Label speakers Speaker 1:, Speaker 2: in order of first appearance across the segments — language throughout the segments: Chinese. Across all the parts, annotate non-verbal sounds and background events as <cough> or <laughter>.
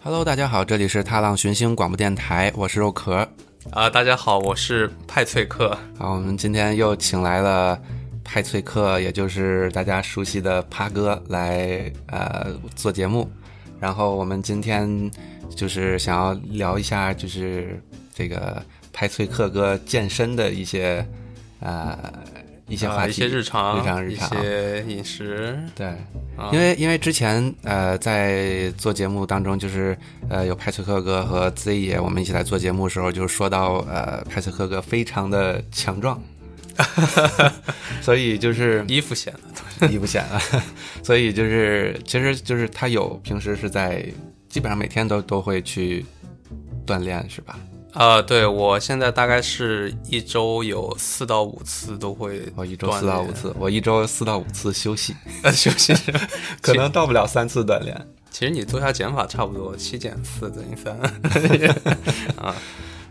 Speaker 1: Hello，大家好，这里是踏浪寻星广播电台，我是肉壳。
Speaker 2: 啊、大家好，我是派翠克。
Speaker 1: 好，我们今天又请来了派翠克，也就是大家熟悉的趴哥来呃做节目。然后我们今天就是想要聊一下，就是这个派翠克哥健身的一些呃一些
Speaker 2: 啊
Speaker 1: 话题、
Speaker 2: 一些日常、
Speaker 1: 日常日常
Speaker 2: 一些饮食，
Speaker 1: 对，
Speaker 2: 啊
Speaker 1: 因为因为之前呃在做节目当中，就是呃有派崔克哥和 Z 爷我们一起来做节目的时候，就是说到呃派崔克哥非常的强 <laughs> 壮，所以就是
Speaker 2: 衣服显得
Speaker 1: 一啊不显了， <laughs> 所以就是其实就是他有平时是在基本上每天都都会去锻炼是吧？
Speaker 2: 啊、对我现在大概是一周有四到五次都会，
Speaker 1: 我哦一周四到五，次，我一周四到五次休息，
Speaker 2: 呃， <laughs> 休息。
Speaker 1: 可能到不了三次锻炼。
Speaker 2: 其实你做下减法差不多，七减四等于三。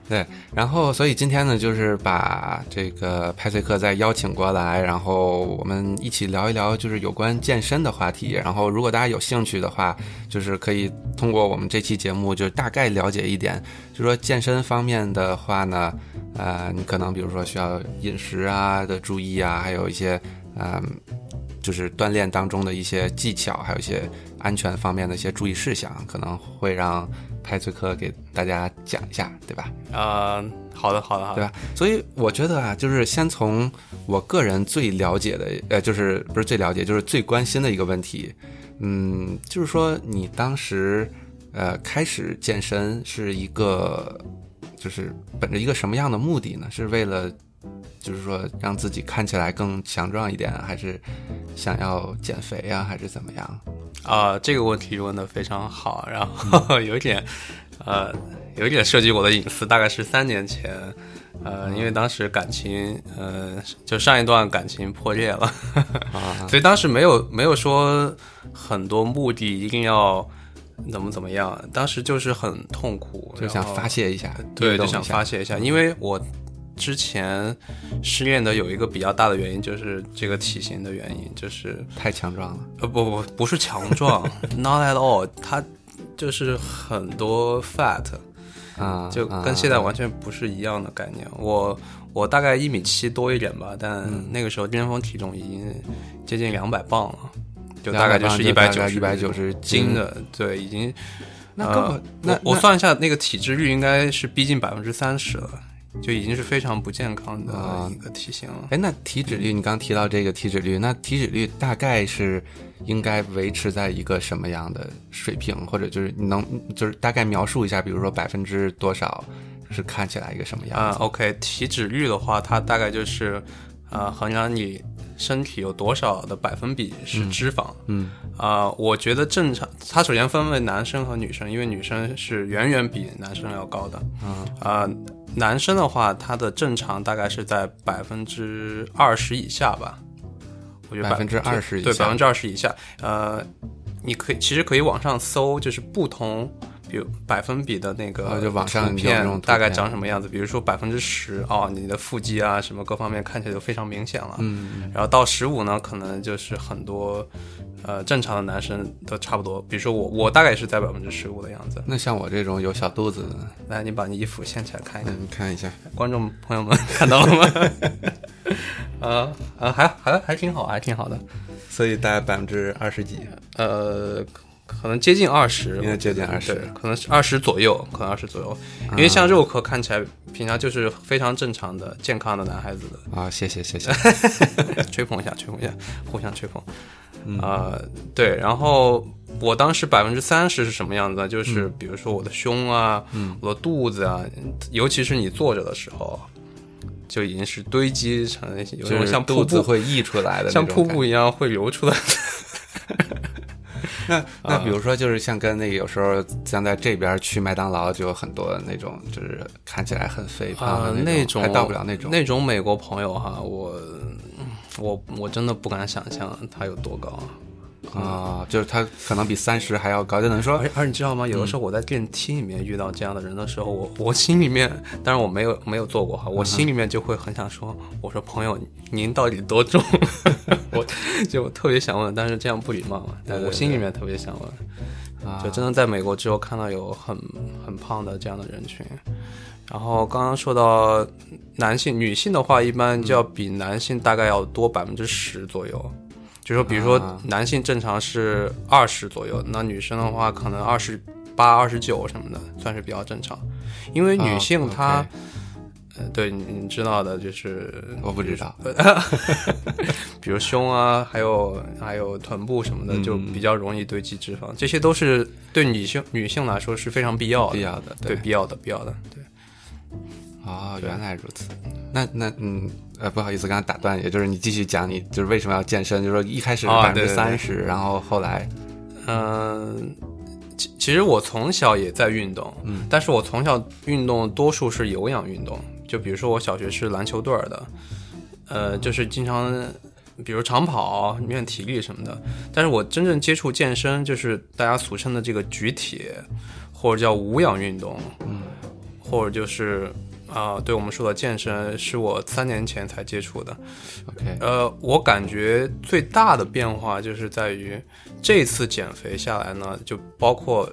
Speaker 1: 对，然后所以今天呢，就是把这个派翠克再邀请过来，然后我们一起聊一聊就是有关健身的话题。然后如果大家有兴趣的话，就是可以通过我们这期节目就大概了解一点，就说健身方面的话呢，呃，你可能比如说需要饮食啊的注意啊，还有一些嗯、就是锻炼当中的一些技巧，还有一些安全方面的一些注意事项，可能会让派翠克给大家讲一下，对吧？
Speaker 2: 啊、好的，好的，好
Speaker 1: 对
Speaker 2: 的。
Speaker 1: 吧？所以我觉得啊，就是先从我个人最了解的，呃，就是不是最了解，就是最关心的一个问题，嗯，就是说你当时呃开始健身是一个，就是本着一个什么样的目的呢？是为了就是说让自己看起来更强壮一点，还是想要减肥啊，还是怎么样？
Speaker 2: 啊、这个问题问的非常好，
Speaker 1: 嗯
Speaker 2: 然后有一点，呃，有一点涉及我的隐私，大概是三年前，呃，因为
Speaker 1: 嗯
Speaker 2: 当时感情，呃，就上一段感情破裂了，
Speaker 1: 啊
Speaker 2: 所以当时没有没有说很多目的，一定要怎么怎么样，当时就是很痛苦，
Speaker 1: 就想
Speaker 2: 然后
Speaker 1: 发泄一下，
Speaker 2: 对，
Speaker 1: 运动
Speaker 2: 就
Speaker 1: 一
Speaker 2: 想
Speaker 1: 下嗯
Speaker 2: 发泄一下，因为我之前失恋的有一个比较大的原因就是这个体型的原因，就是。
Speaker 1: 太强壮了，
Speaker 2: 呃，不不不是强壮 <laughs> ，not at all，它就是很多 fat，
Speaker 1: 啊、
Speaker 2: 就
Speaker 1: 啊
Speaker 2: 跟现在完全不是一样的概念。我我大概一米七多一点吧，但那个时候巅峰体重已经接近两百磅了，就大概就是一
Speaker 1: 200
Speaker 2: 百
Speaker 1: 磅就
Speaker 2: 九
Speaker 1: 大概
Speaker 2: 十
Speaker 1: 190斤
Speaker 2: 斤的，对，已经。
Speaker 1: 那根本、那
Speaker 2: 我我
Speaker 1: 那
Speaker 2: 算一下，那个体脂率应该是逼近百分之三十了，就已经是非常不健康的
Speaker 1: 啊
Speaker 2: 一个体型了。
Speaker 1: 哎，那体脂率，你刚提到这个体脂率，那体脂率大概是应该维持在一个什么样的水平，或者就是你能就是大概描述一下，比如说百分之多少是看起来一个什么样
Speaker 2: 啊、
Speaker 1: 子？
Speaker 2: o k 体脂率的话，它大概就是，啊、衡量你身体有多少的百分比是脂肪。
Speaker 1: 嗯，
Speaker 2: 啊、我觉得正常，它首先分为男生和女生，因为女生是远远比男生要高的。
Speaker 1: 嗯，
Speaker 2: 啊、男生的话，他的正常大概是在百分之二十以下吧。我觉得
Speaker 1: 20%以
Speaker 2: 对，
Speaker 1: 下
Speaker 2: 百分之二十以下。呃，你可以其实可以往上搜，就是不同。比如百分比的那个
Speaker 1: 哦就网上
Speaker 2: 图
Speaker 1: 有那种
Speaker 2: 片
Speaker 1: 图
Speaker 2: 大概
Speaker 1: 片
Speaker 2: 长什么样子？比如说百分之十哦，你的腹肌啊什么各方面看起来就非常明显了。嗯，然后到十五呢，可能就是很多呃正常的男生都差不多。比如说我，我大概也是在百分之十五的样子。
Speaker 1: 那像我这种有小肚子的，
Speaker 2: 来，你把你衣服掀起来看一看，
Speaker 1: 嗯，看一下，
Speaker 2: 观众朋友们看到了吗？ <laughs> 呃呃，还还还挺好，还挺好的。
Speaker 1: 所以大概百分之二十几，
Speaker 2: 呃，可能接近二十，
Speaker 1: 应该接近
Speaker 2: 我觉得
Speaker 1: 20
Speaker 2: 对可能是二十左右，可能二十左右。因为
Speaker 1: 啊
Speaker 2: 像肉壳看起来平常就是非常正常的、健康的男孩子的，
Speaker 1: 啊、谢谢谢谢，
Speaker 2: <laughs> 吹捧一下，吹捧一下，互相吹捧。
Speaker 1: 嗯
Speaker 2: 啊、对，然后我当时百分之三十是什么样子呢？就是
Speaker 1: 嗯
Speaker 2: 比如说我的胸啊，我的肚子啊，尤其是你坐着的时候，就已经是堆积成
Speaker 1: <laughs>
Speaker 2: 有
Speaker 1: 就
Speaker 2: 种
Speaker 1: 是
Speaker 2: 像
Speaker 1: 肚
Speaker 2: 瀑
Speaker 1: 子
Speaker 2: 布，
Speaker 1: 会溢出来的那种
Speaker 2: 像瀑
Speaker 1: 感觉
Speaker 2: 布一样会流出来。
Speaker 1: 那那
Speaker 2: 嗯
Speaker 1: 比如说，就是像跟那个有时候像在这边去麦当劳，就有很多那种就是看起来很肥胖
Speaker 2: <laughs> 啊
Speaker 1: 的，
Speaker 2: 那
Speaker 1: 种，还到不了那种。
Speaker 2: 那种美国朋友哈，我我我真的不敢想象他有多高啊。
Speaker 1: 啊、就是他可能比三十还要高，就等于说
Speaker 2: 而而你知道吗？有的时候我在电梯里面遇到这样的人的时候，我我心里面，当然我没有没有做过哈，我心里面就会很想说，我说朋友，您到底多重？ <laughs> 我就我特别想问，但是这样不礼貌嘛。但我心里面特别想问，就真的在美国之后看到有很很胖的这样的人群。然后刚刚说到男性、女性的话，
Speaker 1: 嗯
Speaker 2: 一般就要比男性大概要多百分之十左右。就说比如说
Speaker 1: 啊
Speaker 2: 男性正常是二十左右，那女生的话可能二十八、二十九什么的算是比较正常，因为女性她、
Speaker 1: 啊
Speaker 2: 呃，对你你知道的，就是
Speaker 1: 我不知道，
Speaker 2: 比如胸啊，还有还有臀部什么
Speaker 1: 嗯
Speaker 2: 的，就比较容易堆积脂肪，这些都是对女性女性来说是非常必要的，
Speaker 1: 必要的
Speaker 2: 对必要的必要的，对。
Speaker 1: 哦，原来如此。那那嗯呃，不好意思，刚才打断，也就是你继续讲，你就是为什么要健身？就是说一开始
Speaker 2: 啊
Speaker 1: 百分
Speaker 2: 对
Speaker 1: 之
Speaker 2: 对
Speaker 1: 三十，然后后来
Speaker 2: 嗯，其其实我从小也在运动，嗯，但是我从小运动多数是有氧运动，就比如说我小学是篮球队儿的，呃，就是经常比如长跑、练体力什么的。但是我真正接触健身，就是大家俗称的这个举铁，或者叫无氧运动，嗯，或者就是啊、对我们说的健身，是我三年前才接触的。
Speaker 1: OK
Speaker 2: 呃，我感觉最大的变化就是在于这次减肥下来呢，就包括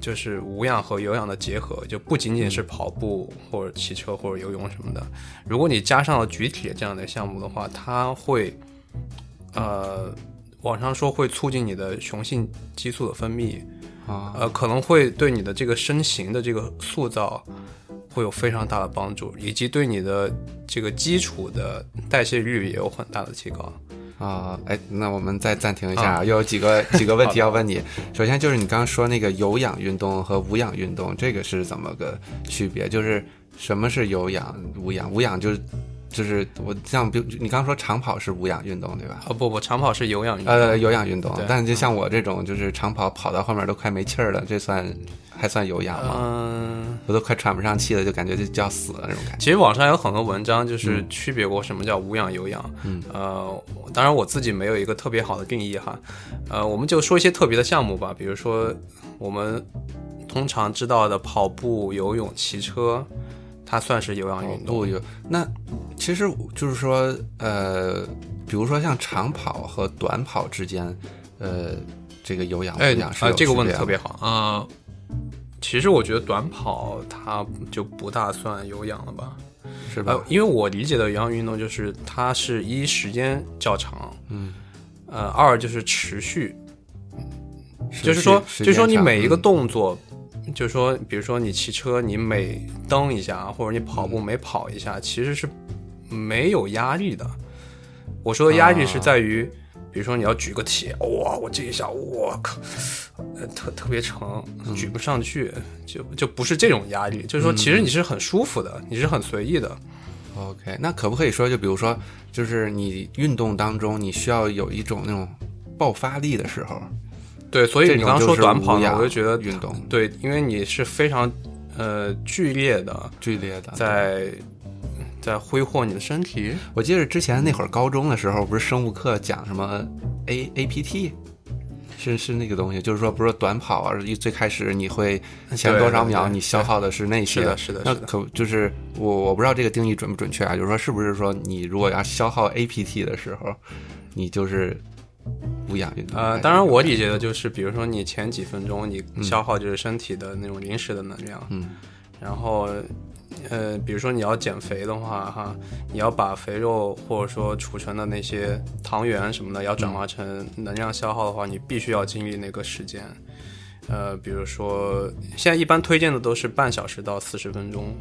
Speaker 2: 就是无氧和有氧的结合，就不仅仅是跑步或者骑车或者游泳什么的。如果你加上了举铁这样的项目的话，它会呃，网上说会促进你的雄性激素的分泌，
Speaker 1: 啊
Speaker 2: 呃，可能会对你的这个身形的这个塑造会有非常大的帮助，以及对你的这个基础的代谢率也有很大的提高。
Speaker 1: 啊，哎，那我们再暂停一下，啊、又有几个几个问题要问你。首先就是你刚刚说那个有氧运动和无氧运动，这个是怎么个区别？就是什么是有氧、无氧？无氧就是就是我像比如你刚刚说长跑是无氧运动对吧？
Speaker 2: 啊、不不，长跑是有氧运动，
Speaker 1: 呃，有氧运动
Speaker 2: 对，
Speaker 1: 但就像我这种就是长跑跑到后面都快没气儿了，这算还算有氧吗？
Speaker 2: 嗯、
Speaker 1: 我都快喘不上气了，就感觉就就要死了那种感觉。
Speaker 2: 其实网上有很多文章就是区别过什么叫无氧、有氧。嗯，呃，当然我自己没有一个特别好的定义哈。呃，我们就说一些特别的项目吧，比如说我们通常知道的跑步、游泳、骑车，它算是有氧运动。
Speaker 1: 不有哦那其实就是说，呃，比如说像长跑和短跑之间，呃，这个有氧无
Speaker 2: 哎，
Speaker 1: 氧是
Speaker 2: 啊
Speaker 1: 有、
Speaker 2: 这个问的
Speaker 1: 的
Speaker 2: 特别好啊、呃其实我觉得短跑它就不大算有氧了吧？
Speaker 1: 是吧
Speaker 2: 呃？，因为我理解的有氧运动就是它是一时间较长，嗯，呃，二就是持续，就是说，
Speaker 1: 时
Speaker 2: 就是说
Speaker 1: 间
Speaker 2: 你
Speaker 1: 上
Speaker 2: 每一个
Speaker 1: 嗯
Speaker 2: 动作，就是说，比如说你骑车，你每蹬一下，或者你跑
Speaker 1: 嗯
Speaker 2: 步每跑一下，其实是没有压力的。我说的压力
Speaker 1: 啊
Speaker 2: 是在于，比如说你要举个铁，哇，我这一下，我靠，呃特特别沉，
Speaker 1: 嗯
Speaker 2: 举不上去，就就不是这种压力。就是说，其实你是很舒服的，你是很随意的。
Speaker 1: 嗯 OK，那可不可以说，就比如说，就是你运动当中，你需要有一种那种爆发力的时候，
Speaker 2: 对，所以
Speaker 1: 这
Speaker 2: 你
Speaker 1: 种
Speaker 2: 刚刚
Speaker 1: 就
Speaker 2: 说
Speaker 1: 是
Speaker 2: 短跑
Speaker 1: 无
Speaker 2: 呢，
Speaker 1: 氧
Speaker 2: 我就觉得
Speaker 1: 运动
Speaker 2: 对，因为你是非常呃剧烈的
Speaker 1: 剧烈的。
Speaker 2: 在在挥霍你的身体。
Speaker 1: 我记得之前那会儿高中的时候，不是生物课讲什么 A A P T，是是那个东西，就是说不是短跑啊，一最开始你会前
Speaker 2: 对
Speaker 1: 多少
Speaker 2: 嗯对
Speaker 1: 秒
Speaker 2: 对
Speaker 1: 你消耗的是那些，
Speaker 2: 是的是的
Speaker 1: 那
Speaker 2: 是的
Speaker 1: 可就是我我不知道这个定义准不准确啊，就是说是不是说你如果要消耗 A P T 的时候，你就是无氧运动？
Speaker 2: 呃，当然我理解的就是，比如说你前几分钟你消耗就是身体的那种临时的能量，
Speaker 1: 嗯，
Speaker 2: 然后。呃，比如说你要减肥的话，哈，你要把肥肉或者说储存的那些糖原什么的，要
Speaker 1: 嗯
Speaker 2: 转化成能量消耗的话，你必须要经历那个时间。呃，比如说现在一般推荐的都是半小时到四十分钟，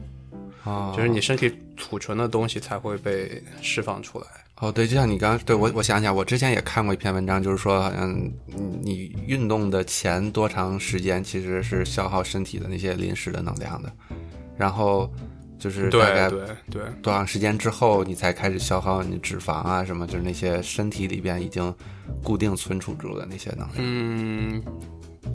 Speaker 1: 啊，
Speaker 2: 就是你身体储存的东西才会被释放出来。
Speaker 1: 哦，对，就像你刚刚对我，我想想，我之前也看过一篇文章，就是说，好像嗯你运动的前多长时间其实是消耗身体的那些临时的能量的，然后就是
Speaker 2: 对
Speaker 1: 大概
Speaker 2: 对对，
Speaker 1: 多长时间之后，你才开始消耗你脂肪啊什么，就是那些身体里边已经固定存储住的那些能量。
Speaker 2: 嗯，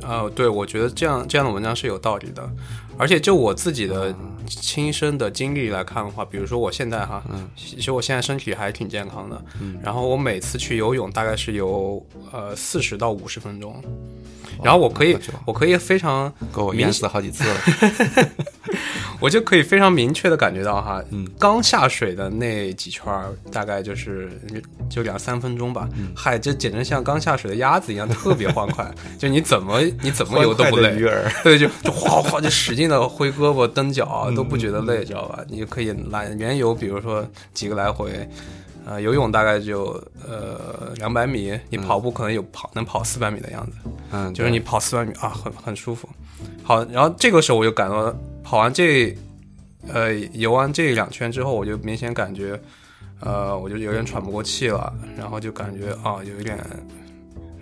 Speaker 2: 呃，对，我觉得这样这样的文章是有道理的，而且就我自己的亲身的经历来看的话，比如说我现在哈，
Speaker 3: 嗯
Speaker 2: 其实我现在身体还挺健康的，然后我每次去游泳大概是游呃四十到五十分钟，
Speaker 3: 哦
Speaker 2: 然后我可以
Speaker 1: 那么久
Speaker 2: 我可以非常
Speaker 1: 够我
Speaker 2: 明 <laughs>
Speaker 1: 淹
Speaker 2: 显
Speaker 1: 死好几次了。
Speaker 2: 我就可以非常明确的感觉到哈，
Speaker 3: 嗯
Speaker 2: 刚下水的那几圈儿，大概就是就两三分钟吧，
Speaker 3: 嗯
Speaker 2: 嗨，这简直像刚下水的鸭子一样，特别欢
Speaker 3: <laughs>
Speaker 2: 快，就你怎么你怎么游
Speaker 1: <laughs>
Speaker 2: 都不
Speaker 3: 欢快
Speaker 2: 累
Speaker 3: 的鱼儿，
Speaker 2: <laughs> 对，就就哗哗就使劲的挥胳膊蹬脚啊都不觉
Speaker 1: 嗯
Speaker 2: 得累，知道吧？你可以来原游，比如说几个来回。呃，游泳大概就呃两百米，你跑步可能有跑、能跑四百米的样子，
Speaker 1: 嗯，
Speaker 2: 就是你跑四百米啊，很很舒服。好，然后这个时候我就感到跑完这，呃，游完这两圈之后，我就明显感觉，呃，我就有点喘不过气了，然后就感觉啊，有一点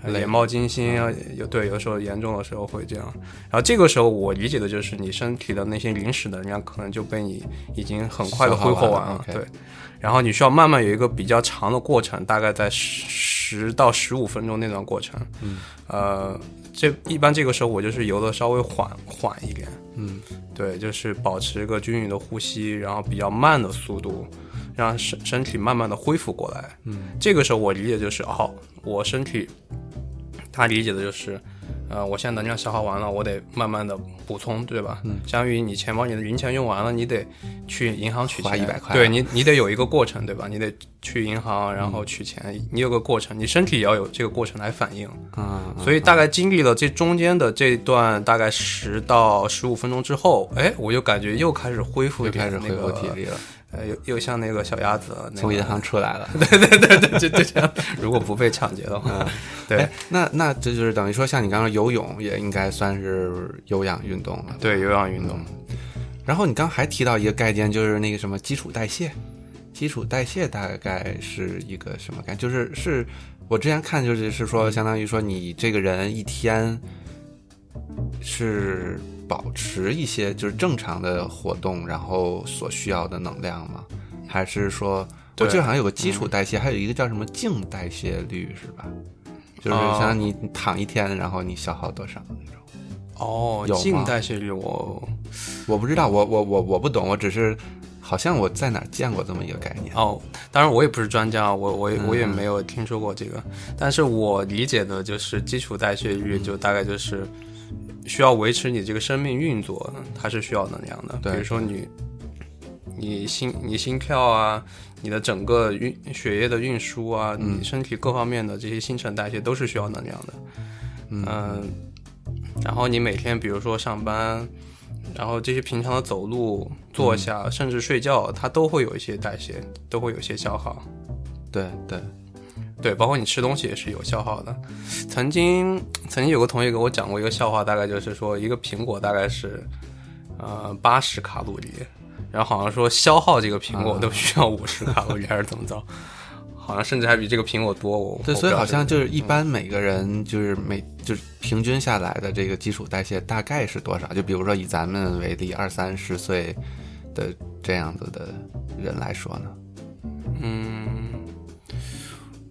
Speaker 2: 呃
Speaker 1: 累嗯
Speaker 2: 眼冒金星啊，有对，有的时候严重的时候会这样。然后这个时候我理解的就是你身体的那些原始能量可能就被你已经很快的
Speaker 1: 消耗
Speaker 2: 挥霍
Speaker 1: 完
Speaker 2: 完
Speaker 1: 了
Speaker 2: 了，
Speaker 1: ，OK
Speaker 2: 对。然后你需要慢慢有一个比较长的过程，大概在十到十五分钟那段过程。嗯，呃，这一般这个时候我就是游的稍微缓缓一点。
Speaker 1: 嗯，
Speaker 2: 对，就是保持一个均匀的呼吸，然后比较慢的速度，让身身体慢慢的恢复过来。
Speaker 1: 嗯，
Speaker 2: 这个时候我理解就是，哦，我身体，他理解的就是。呃，我现在能量消耗完了，我得慢慢的补充，对吧？嗯，相当于你钱包里的零钱用完了，你得去银行取钱，
Speaker 1: 花100块
Speaker 2: 对你，你得有一个过程，对吧？你得去银行，然
Speaker 1: 嗯
Speaker 2: 后取钱，你有个过程，你身体也要有这个过程来反应。
Speaker 1: 嗯，
Speaker 2: 所以大概经历了这中间的这段大概十到十五分钟之后，哎，我就感觉又开始恢复
Speaker 1: 就
Speaker 2: 一点
Speaker 1: 开始
Speaker 2: 那
Speaker 1: 恢复
Speaker 2: 个
Speaker 1: 体力了，
Speaker 2: 呃，又又像那个小鸭子，那个 <laughs>
Speaker 1: 从银行出来了。
Speaker 2: 就就这样， <laughs> 如果不被抢劫的话，对
Speaker 1: 哎，那那这就是等于说，像你刚刚游泳也应该算是有氧运动了。
Speaker 2: 对，有氧运动，
Speaker 1: 嗯然后你刚还提到一个概念，就是那个什么基础代谢，基础代谢大概是一个什么概念？就是是我之前看就是是说，相当于说你这个人一天是保持一些就是正常的活动，然后所需要的能量吗？还是说我
Speaker 2: 对
Speaker 1: 记得好像有个基础代谢，还有一个叫什么净代谢率是吧？就是
Speaker 2: 哦
Speaker 1: 相当于你躺一天，然后你消耗多少那种。
Speaker 2: 哦
Speaker 1: 有，吗
Speaker 2: 静态是有我
Speaker 1: 我不知道，我我我我不懂，我只是好像我在哪儿见过这么一个概念。
Speaker 2: 哦，当然我也不是专家，我我也我也
Speaker 1: 嗯
Speaker 2: 没有听说过这个，但是我理解的就是基础代谢率就大概就是需要维持你这个生命运作，它是需要能量的。
Speaker 1: 对
Speaker 2: 比如说你你心你心跳啊，你的整个运血液的运输啊，你身体各方面的这些新陈代谢都是需要能量的。嗯、然后你每天比如说上班。然后这些平常的走路、坐下，甚至睡觉，它都会有一些代谢，都会有一些消耗。
Speaker 1: 对对，
Speaker 2: 对，包括你吃东西也是有消耗的。曾经曾经有个同学给我讲过一个笑话，大概就是说一个苹果大概是呃八十卡路里，然后好像说消耗这个苹
Speaker 1: 啊
Speaker 2: 果都需要五十卡路里，还是怎么着？好像甚至还比这个苹果多。我
Speaker 1: 对，
Speaker 2: 我
Speaker 1: 所以
Speaker 2: 不知道
Speaker 1: 好
Speaker 2: 这嗯
Speaker 1: 像就是一般每个人就是每就是平均下来的这个基础代谢大概是多少？就比如说以咱们为例，二三十岁的这样子的人来说呢，
Speaker 2: 嗯，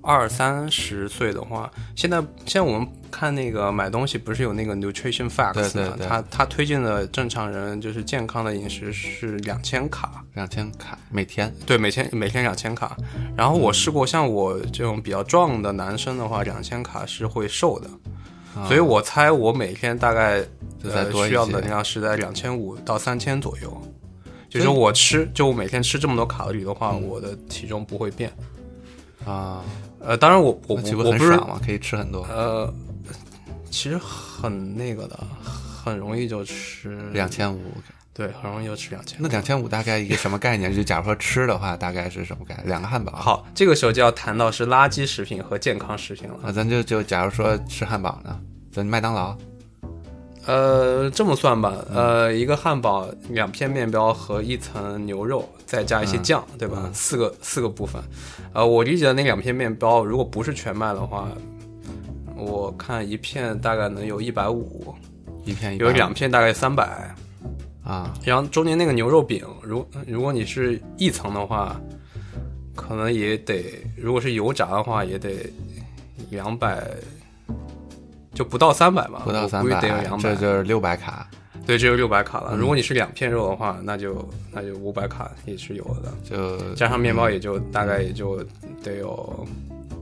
Speaker 2: 二三十岁的话，现在现在我们看那个买东西不是有那个 nutrition facts
Speaker 1: 对
Speaker 2: 吗？
Speaker 1: 对对
Speaker 2: 他他推荐的正常人就是健康的饮食是两千卡，
Speaker 1: 两千卡每天。
Speaker 2: 对，每天每天两千卡。然后我试过，像我这种比较壮的男生的话，两千卡是会瘦的。所以我猜我每天大概
Speaker 1: 就啊再
Speaker 2: 呃
Speaker 1: 多一
Speaker 2: 需要
Speaker 1: 些
Speaker 2: 能量是在两千五到三千左右，就是我吃，就我每天吃这么多卡路里的话，
Speaker 1: 嗯
Speaker 2: 我的体重不会变。
Speaker 1: 啊，
Speaker 2: 呃，当然我我
Speaker 1: 那岂不
Speaker 2: 不我
Speaker 1: 很
Speaker 2: 不是
Speaker 1: 爽吗？可以吃很多，
Speaker 2: 呃，其实很那个的，很容易就吃
Speaker 1: 两千五。
Speaker 2: 对，很容易就吃两千。
Speaker 1: 那两千五大概一个什么概念？就假如说吃的话，大概是什么概念？两个汉堡。
Speaker 2: 好，这个时候就要谈到是垃圾食品和健康食品了。
Speaker 1: 啊，咱就就假如说吃汉堡呢，咱麦当劳。
Speaker 2: 呃，这么算吧，
Speaker 1: 嗯
Speaker 2: 呃，一个汉堡两片面包和一层牛肉，再加一些酱，
Speaker 1: 嗯
Speaker 2: 对吧？四个四个部分。呃，我理解的那两片面包，如果不是全麦的话，我看一片大概能有一百五，
Speaker 1: 一片一
Speaker 2: 有
Speaker 1: 半
Speaker 2: 两片大概三百。
Speaker 1: 啊，
Speaker 2: 然后中间那个牛肉饼，如如果你是一层的话，可能也得，如果是油炸的话，也得两百，就不到三百吧，
Speaker 1: 不到
Speaker 2: 我
Speaker 1: 三
Speaker 2: 估计
Speaker 1: 百
Speaker 2: 得有两，
Speaker 1: 这
Speaker 2: 百，
Speaker 1: 就是六百卡，
Speaker 2: 对，只有六百卡
Speaker 1: 嗯
Speaker 2: 了。如果你是两片肉的话，那就那就五百卡也是有的，
Speaker 1: 就
Speaker 2: 加上面包也
Speaker 1: 嗯
Speaker 2: 就大概也就得有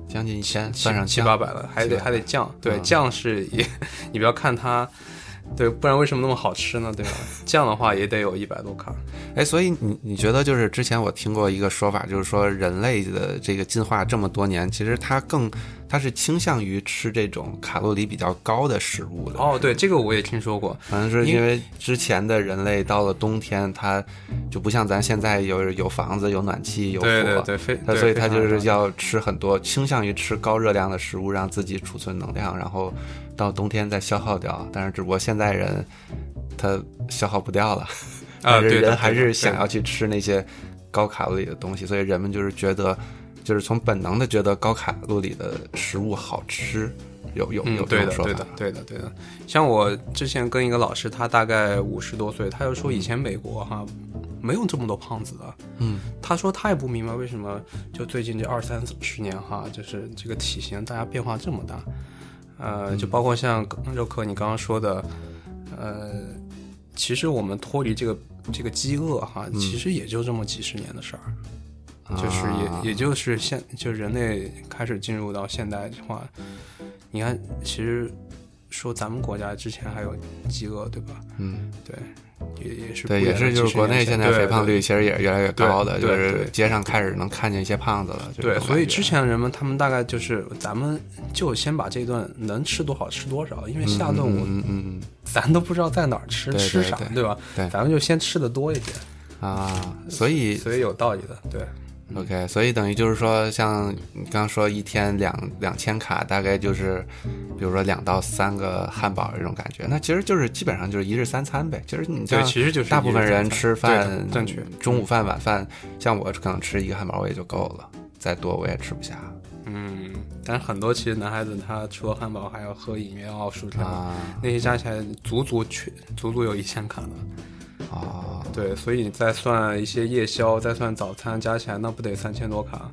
Speaker 1: 将近一千，
Speaker 2: 七
Speaker 1: 算上
Speaker 2: 七
Speaker 1: 酱嗯
Speaker 2: 八百了，还得还得酱，对，酱是也，你不要看它，对，不然为什么那么好吃呢？对吧？这样的话也得有一百多卡。
Speaker 1: 哎，所以你你觉得就是之前我听过一个说法，就是说人类的这个进化这么多年，其实它更它是倾向于吃这种卡路里比较高的食物的。
Speaker 2: 哦，对，这个我也听说过。
Speaker 1: 好像是因为之前的人类到了冬天，它就不像咱现在有有房子、有暖气、有火，
Speaker 2: 对对对，非
Speaker 1: 它所以它就
Speaker 2: 非
Speaker 1: 是
Speaker 2: 常
Speaker 1: 要吃很多，倾向于吃高热量的食物，让自己储存能量，然后到冬天再消耗掉。但是只不过现在人他消耗不掉了，
Speaker 2: 啊，
Speaker 1: 但是
Speaker 2: 对的，
Speaker 1: 人还
Speaker 2: 对
Speaker 1: 是
Speaker 2: 的
Speaker 1: 想要去吃那些高卡路里的东西，所以人们就是觉得，就是从本能的觉得高卡路里的食物好吃，有有
Speaker 2: 嗯
Speaker 1: 有，这
Speaker 2: 对
Speaker 1: 种
Speaker 2: 的，
Speaker 1: 说
Speaker 2: 对
Speaker 1: 法
Speaker 2: 的，，对的，对的。像我之前跟一个老师，他大概五十多岁，他就说以前美国哈没有这么多胖子的。
Speaker 1: 嗯，
Speaker 2: 他说他也不明白为什么就最近这二三十年哈，就是这个体型大家变化这么大。呃，就包括像肉科你刚刚说的，呃，其实我们脱离这个这个饥饿哈，
Speaker 1: 嗯
Speaker 2: 其实也就这么几十年的事儿。就是也、
Speaker 1: 啊
Speaker 2: 也就是现就人类开始进入到现代化，你看，其实说咱们国家之前还有饥饿，对吧？
Speaker 1: 嗯，
Speaker 2: 对，也也是
Speaker 1: 对，
Speaker 2: 不远
Speaker 1: 也
Speaker 2: 的
Speaker 1: 是
Speaker 2: 几
Speaker 1: 就是
Speaker 2: 十
Speaker 1: 国
Speaker 2: 年
Speaker 1: 内
Speaker 2: 前
Speaker 1: 现在
Speaker 2: 对
Speaker 1: 肥胖
Speaker 2: 对
Speaker 1: 率其实也越来越
Speaker 2: 对
Speaker 1: 高的，就
Speaker 2: 对
Speaker 1: 是
Speaker 2: 对
Speaker 1: 街上开始能看见一些胖子了，这
Speaker 2: 对，
Speaker 1: 种
Speaker 2: 所以
Speaker 1: 感觉
Speaker 2: 之前人们他们大概就是咱们就先把这顿能吃多少吃多少，因为下顿
Speaker 1: 嗯
Speaker 2: 我
Speaker 1: 嗯嗯
Speaker 2: 咱都不知道在哪儿吃
Speaker 1: 对
Speaker 2: 吃
Speaker 1: 对
Speaker 2: 啥
Speaker 1: 对，
Speaker 2: 对吧？
Speaker 1: 对
Speaker 2: 咱们就先吃的多一点，
Speaker 1: 嗯啊，所以
Speaker 2: 所以有道理的，对。嗯
Speaker 1: OK，所以等于就是说，像你刚刚说一天两两千卡，大概就是，比如说两到三个汉堡这种感觉，那其实就是基本上就是一日三餐呗。其实你
Speaker 2: 对，
Speaker 1: 像
Speaker 2: 其实就是
Speaker 1: 大部分
Speaker 2: 一日三
Speaker 1: 人
Speaker 2: 餐
Speaker 1: 吃
Speaker 2: 对
Speaker 1: 饭
Speaker 2: 的，正确。
Speaker 1: 中午饭、晚饭，像我可能吃一个汉堡我也就够了，再多我也吃不下
Speaker 2: 嗯，但是很多其实男孩子他除了汉堡还要喝饮料、薯条，
Speaker 1: 啊
Speaker 2: 那些加起来足足去足足有一千卡呢。
Speaker 1: 哦，
Speaker 2: 对，所以你再算一些夜宵，再算早餐，加起来那不得三千多卡？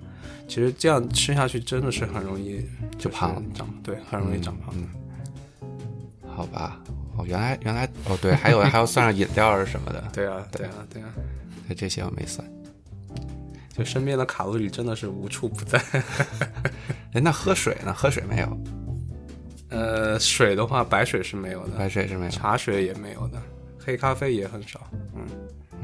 Speaker 2: 其实这样吃下去真的是很容易
Speaker 1: 就胖了，嗯
Speaker 2: 长对，很容易长胖。
Speaker 1: 好吧，哦，原来原来哦，对，还有还要算上饮料儿什么的，
Speaker 2: 对啊，对啊，对啊，
Speaker 1: 对这些我没算。
Speaker 2: 就身边的卡路里真的是无处不在。 <laughs>
Speaker 1: 哎，那喝水呢？喝水没有？
Speaker 2: 呃，水的话，白水是没有的，
Speaker 1: 白水是没有。
Speaker 2: 茶水也没有的，黑咖啡也很少。嗯。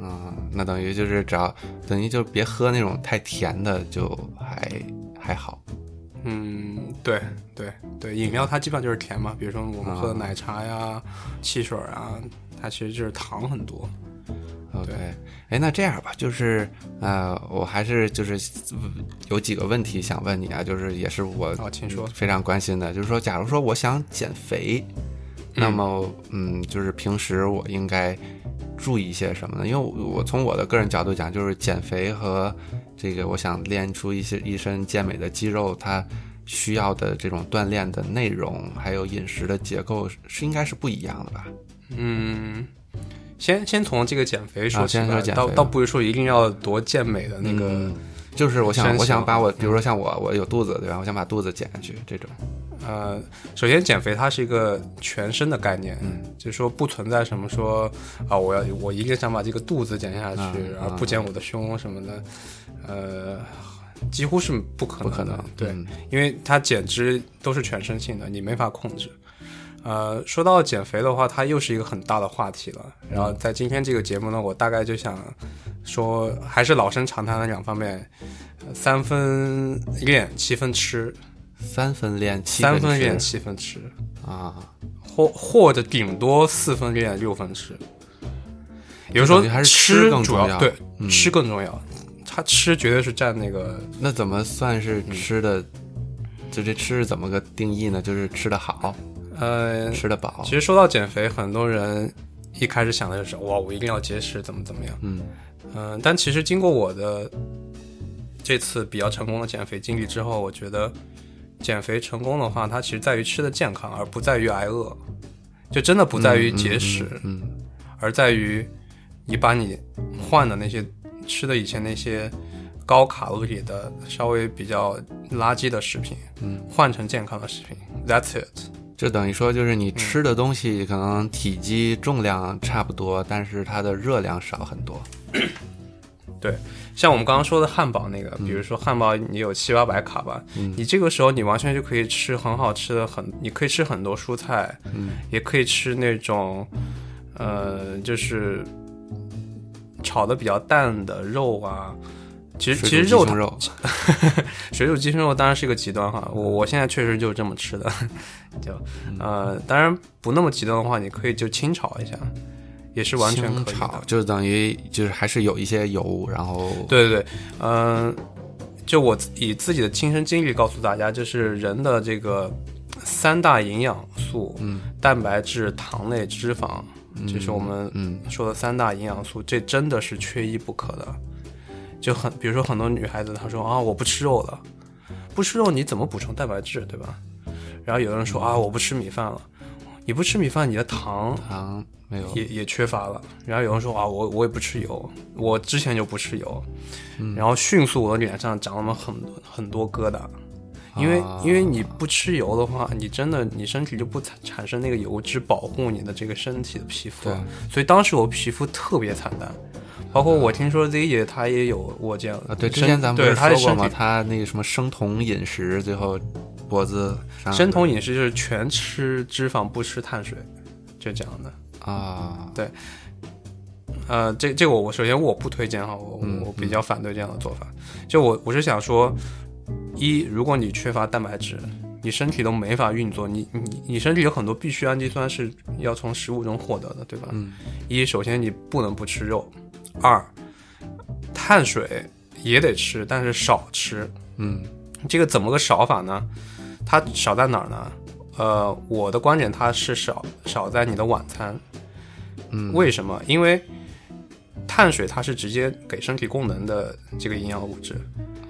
Speaker 1: 啊、那等于就是只要等于就别喝那种太甜的，就还还好。
Speaker 2: 嗯，对对对，饮料它基本上就是甜嘛，比如说我们
Speaker 1: 啊
Speaker 2: 喝的奶茶呀、汽水啊，它其实就是糖很多。
Speaker 1: OK，
Speaker 2: 对
Speaker 1: 哎，那这样吧，就是呃，我还是就是嗯有几个问题想问你啊，就是也是我
Speaker 2: 好，哦请说。
Speaker 1: 非常关心的，就是说，假如说我想减肥，那么嗯，就是平时我应该注意一些什么呢？因为我我从我的个人角度讲，就是减肥和这个我想练出一些一身健美的肌肉，它需要的这种锻炼的内容，还有饮食的结构是是应该是不一样的吧？
Speaker 2: 嗯，先先从这个减肥说
Speaker 1: 啊
Speaker 2: 起
Speaker 1: 先
Speaker 2: 吧
Speaker 1: 说，减
Speaker 2: 倒
Speaker 1: 肥
Speaker 2: 倒
Speaker 1: 吧
Speaker 2: 不是说一定要多健美的那个
Speaker 1: 嗯，就是我想
Speaker 2: 身
Speaker 1: 我想
Speaker 2: 形
Speaker 1: 把我，比
Speaker 2: 嗯
Speaker 1: 如说像我我有肚子对吧？我想把肚子减下去这种。
Speaker 2: 呃，首先减肥它是一个全身的概念，
Speaker 1: 嗯
Speaker 2: 就是说不存在什么说啊，我要我一定想把这个肚子减下去，
Speaker 1: 嗯
Speaker 2: 然后不减我的胸什么的，呃，几乎是不可能的，
Speaker 1: 不可能
Speaker 2: 对，
Speaker 1: 嗯
Speaker 2: 因为它减脂都是全身性的，你没法控制。呃，说到减肥的话，它又是一个很大的话题了。然
Speaker 1: 嗯
Speaker 2: 后在今天这个节目呢，我大概就想说，还是老生常谈的两方面，呃三分练，七分吃，
Speaker 1: 三分练，七
Speaker 2: 三分
Speaker 1: 吃
Speaker 2: 练，七分吃。
Speaker 1: 啊，
Speaker 2: 或或者顶多四分练六分吃。也就是说
Speaker 1: 等于，还是吃
Speaker 2: 吃
Speaker 1: 更
Speaker 2: 主
Speaker 1: 重要嗯
Speaker 2: 对，吃更重要。他吃绝对是占那个
Speaker 1: 那怎么算是吃的？就这吃是怎么个定义呢？就是吃的好，
Speaker 2: 呃，
Speaker 1: 吃的饱
Speaker 2: 其。实说到减肥，很多人一开始想的就是哇，我一定要节食，怎么怎么样。
Speaker 1: 嗯
Speaker 2: 嗯、但其实经过我的这次比较成功的减肥经历之后，我觉得减肥成功的话，它其实在于吃的健康，而不在于挨饿，就真的不在于节食。
Speaker 1: 嗯
Speaker 2: 而在于你把你换的那些吃的以前那些高卡路里的稍微比较垃圾的食品，嗯，换成健康的食品。That's it。
Speaker 1: 就等于说就是
Speaker 2: 嗯
Speaker 1: 你吃的东西可能体积重量差不多，但是它的热量少很多。
Speaker 2: 对，像我们刚刚说的汉堡那个，
Speaker 1: 嗯
Speaker 2: 比如说汉堡你有七八百卡吧，你这个时候你完全就可以吃很好吃的很，你可以吃很多蔬菜，
Speaker 1: 嗯
Speaker 2: 也可以吃那种，呃，就是炒的比较淡的肉啊。其实其实肉
Speaker 1: 水煮鸡胸肉，
Speaker 2: 水煮鸡胸肉当然是一个极端哈，我我现在确实就是这么吃的， <laughs> 就
Speaker 1: 嗯
Speaker 2: 呃，当然不那么极端的话，你可以就清炒一下，也是完全
Speaker 1: 清
Speaker 2: 可以
Speaker 1: 炒
Speaker 2: 的。
Speaker 1: 就是等于就是还是有一些油，然后
Speaker 2: 对对对，嗯、就我自以自己的亲身经历告诉大家，就是人的这个三大营养素，嗯，蛋白质、糖类、脂肪，这是我们
Speaker 1: 嗯
Speaker 2: 说的三大营养素，这真的是缺一不可的。就很，比如说很多女孩子她说啊，我不吃肉了，不吃肉你怎么补充蛋白质，对吧？然后有人说啊，我不吃米饭了，你不吃米饭，你的糖
Speaker 1: 糖没有
Speaker 2: 也也缺乏了。然后有人说啊，我我也不吃油，我之前就不吃油，
Speaker 1: 嗯
Speaker 2: 然后迅速我的脸上长了很多很多疙瘩，因为、
Speaker 1: 啊
Speaker 2: 因为你不吃油的话，你真的你身体就不产产生那个油脂保护你的这个身体的皮肤
Speaker 1: 对，
Speaker 2: 所以当时我皮肤特别惨淡。包括我听说 Z 姐她也有我这样
Speaker 1: 啊，对，之
Speaker 2: 身
Speaker 1: 前咱们不
Speaker 2: 对
Speaker 1: 是
Speaker 2: 她的
Speaker 1: 说过
Speaker 2: 身体
Speaker 1: 吗？他那个什么生酮饮食，最后脖子上
Speaker 2: 生酮饮食就是全吃脂肪不吃碳水，就这样的。
Speaker 1: 啊，
Speaker 2: 呃，这这个我我首先我不推荐哈，我我比较反对这样的做法。就我我是想说，一如果你缺乏蛋白质，你身体都没法运作，你你你身体有很多必需氨基酸是要从食物中获得的，对吧？
Speaker 1: 嗯、
Speaker 2: 一首先你不能不吃肉，二碳水也得吃，但是少吃。
Speaker 1: 嗯
Speaker 2: 这个怎么个少法呢？它少在哪儿呢？呃，我的观点它是少少在你的晚餐。
Speaker 1: 嗯，
Speaker 2: 为什么？因为碳水它是直接给身体供能的这个营养物质，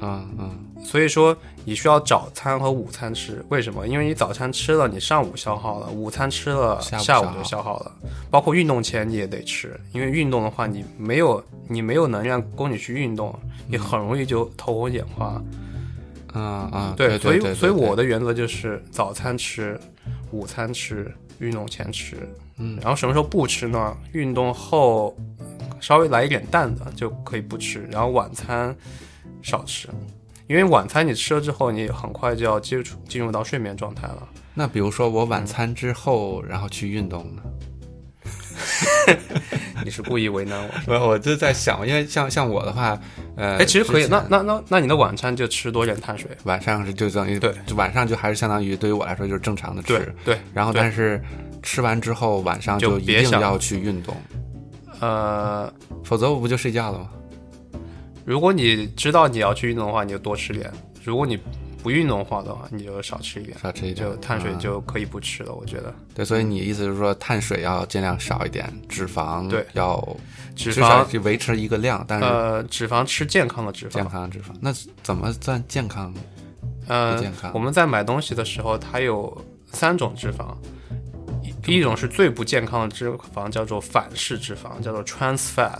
Speaker 1: 嗯嗯
Speaker 2: 所以说你需要早餐和午餐吃。为什么？因为你早餐吃了，你上午消耗了；午餐吃了，
Speaker 1: 下午
Speaker 2: 下午
Speaker 1: 消耗
Speaker 2: 就消耗了。包括运动前你也得吃，因为运动的话，你没有你没有能量供你去运动，你很容易就头昏眼花。
Speaker 1: 嗯嗯，
Speaker 2: 啊对，
Speaker 1: 对，
Speaker 2: 所以
Speaker 1: 对
Speaker 2: 所以
Speaker 1: 对
Speaker 2: 我的原则就是早餐吃，午餐吃，运动前吃，嗯，然后什么时候不吃呢？运动后稍微来一点淡的就可以不吃，然后晚餐少吃，因为晚餐你吃了之后，你很快就要接触进入到睡眠状态了。
Speaker 1: 那比如说我晚餐之后，然后去运
Speaker 2: <laughs>
Speaker 1: 动呢？
Speaker 2: 你是故意为难我？
Speaker 1: 不，我就在想，因为像像我的话，呃，
Speaker 2: <laughs> 哎，其实可以，
Speaker 1: 之前
Speaker 2: 那那那那你的晚餐就吃多点碳水，
Speaker 1: 晚上是就等于
Speaker 2: 对，
Speaker 1: 就晚上就还是相当于对于我来说就是正常的
Speaker 2: 对
Speaker 1: 吃，
Speaker 2: 对，
Speaker 1: 然后
Speaker 2: 对
Speaker 1: 但是吃完之后晚上
Speaker 2: 就
Speaker 1: 一
Speaker 2: 别
Speaker 1: 定
Speaker 2: 想
Speaker 1: 要去运动，
Speaker 2: 呃，
Speaker 1: 否则我不就睡觉了吗？
Speaker 2: 如果你知道你要去运动的话，你就多吃点；如果你不运动的话的话，你就少吃一点。
Speaker 1: 少吃一点
Speaker 2: 就碳水
Speaker 1: 嗯
Speaker 2: 就可以不吃了，我觉得
Speaker 1: 对，所以你意思就是说，碳水要尽量少一点，脂肪
Speaker 2: 对
Speaker 1: 要
Speaker 2: 脂
Speaker 1: 至少
Speaker 2: 肪
Speaker 1: 是维持一个量，但是
Speaker 2: 呃脂肪吃健康的脂
Speaker 1: 健
Speaker 2: 肪，
Speaker 1: 康脂肪那怎么算健康？
Speaker 2: 呃
Speaker 1: 不健康
Speaker 2: 我们在买东西的时候，它有三种脂肪，一一种是最不健康的脂肪，叫做反式脂肪，叫做 trans fat，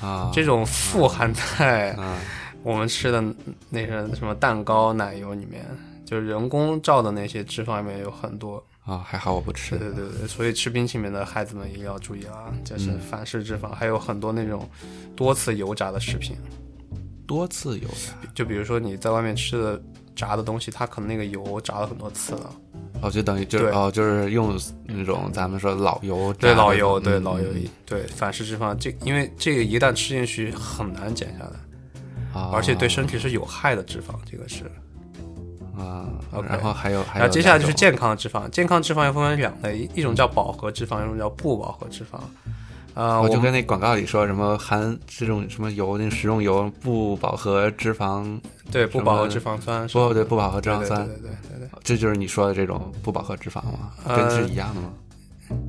Speaker 1: 啊？
Speaker 2: 这种富含在
Speaker 1: 啊
Speaker 2: <laughs> 我们吃的那些什么蛋糕、奶油里面，就人工造的那些脂肪里面有很多。
Speaker 1: 啊，还好我不吃
Speaker 2: 对。对对对，所以吃冰淇淋的孩子们一定要注意啊，就是
Speaker 1: 嗯
Speaker 2: 反式脂肪，还有很多那种多次油炸的食品，
Speaker 1: 多次油炸，
Speaker 2: 就比如说你在外面吃的炸的东西，它可能那个油炸了很多次了。
Speaker 1: 哦，就等于就是
Speaker 2: 对
Speaker 1: 哦，就是用那种咱们说老油炸
Speaker 2: 对
Speaker 1: 的
Speaker 2: 老油，
Speaker 1: 嗯
Speaker 2: 对老油，对反式脂肪，这因为这个一旦吃进去很难减下来，
Speaker 1: 啊
Speaker 2: 而且对身体是有害的脂肪，这个是。
Speaker 1: 啊。
Speaker 2: OK
Speaker 1: 然后还有还
Speaker 2: 然
Speaker 1: 有，
Speaker 2: 后接下来就是健康的脂肪，健康脂肪又分为两类，一种叫饱和脂肪，一种叫不饱和脂肪。呃，
Speaker 1: 哦，我
Speaker 2: 我
Speaker 1: 就
Speaker 2: 们
Speaker 1: 跟那广告里说什么含这种什么油，那食用油不饱和脂肪，
Speaker 2: 对不
Speaker 1: 什
Speaker 2: 饱和
Speaker 1: 么
Speaker 2: 脂肪酸是吧，
Speaker 1: 不对不饱和脂肪
Speaker 2: 对
Speaker 1: 酸，
Speaker 2: 对对对对对。
Speaker 1: 这就是你说的这种不饱和脂肪吗？
Speaker 2: 呃
Speaker 1: 跟是一样的吗？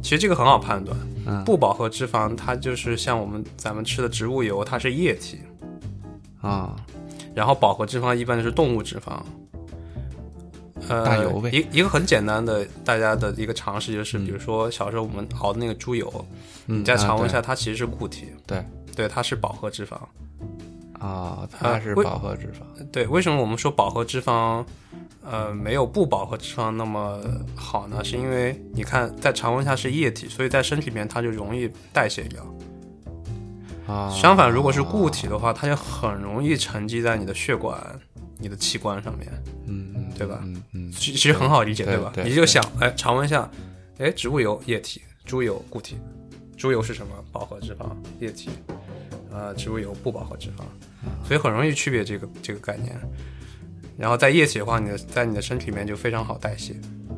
Speaker 2: 其实这个很好判断，
Speaker 1: 嗯
Speaker 2: 不饱和脂肪它就是像我们咱们吃的植物油，它是液体，
Speaker 1: 啊、
Speaker 2: 然后饱和脂肪一般就是动物脂肪。呃，
Speaker 1: 大油呗
Speaker 2: 一一个很简单的大家的一个常识就是，比如说小时候我们熬的那个猪油，
Speaker 1: 嗯，
Speaker 2: 你再
Speaker 1: 啊
Speaker 2: 尝闻一下，，它其实是固体，
Speaker 1: 对对
Speaker 2: 对，它是饱和脂肪。
Speaker 1: 啊，它是
Speaker 2: 为
Speaker 1: 饱和脂肪，
Speaker 2: 对，为什么我们说饱和脂肪，呃，没有不饱和脂肪那么好呢？是因为你看在常温下是液体，所以在身体里面它就容易代谢掉。
Speaker 1: 啊，
Speaker 2: 相反，如果是固体的话，它就很容易沉积在你的血管、你的器官上面，
Speaker 1: 嗯，
Speaker 2: 对吧
Speaker 1: 嗯嗯，
Speaker 2: 其其实很好理解，
Speaker 1: 对
Speaker 2: 吧？
Speaker 1: 对
Speaker 2: 你就想，哎，常温下，哎，植物油液体，猪油固体，猪油是什么？饱和脂肪液体，呃，植物油不饱和脂肪，所以很容易区别这个这个概念。然后在液体的话，你的在你的身体里面就非常好代谢，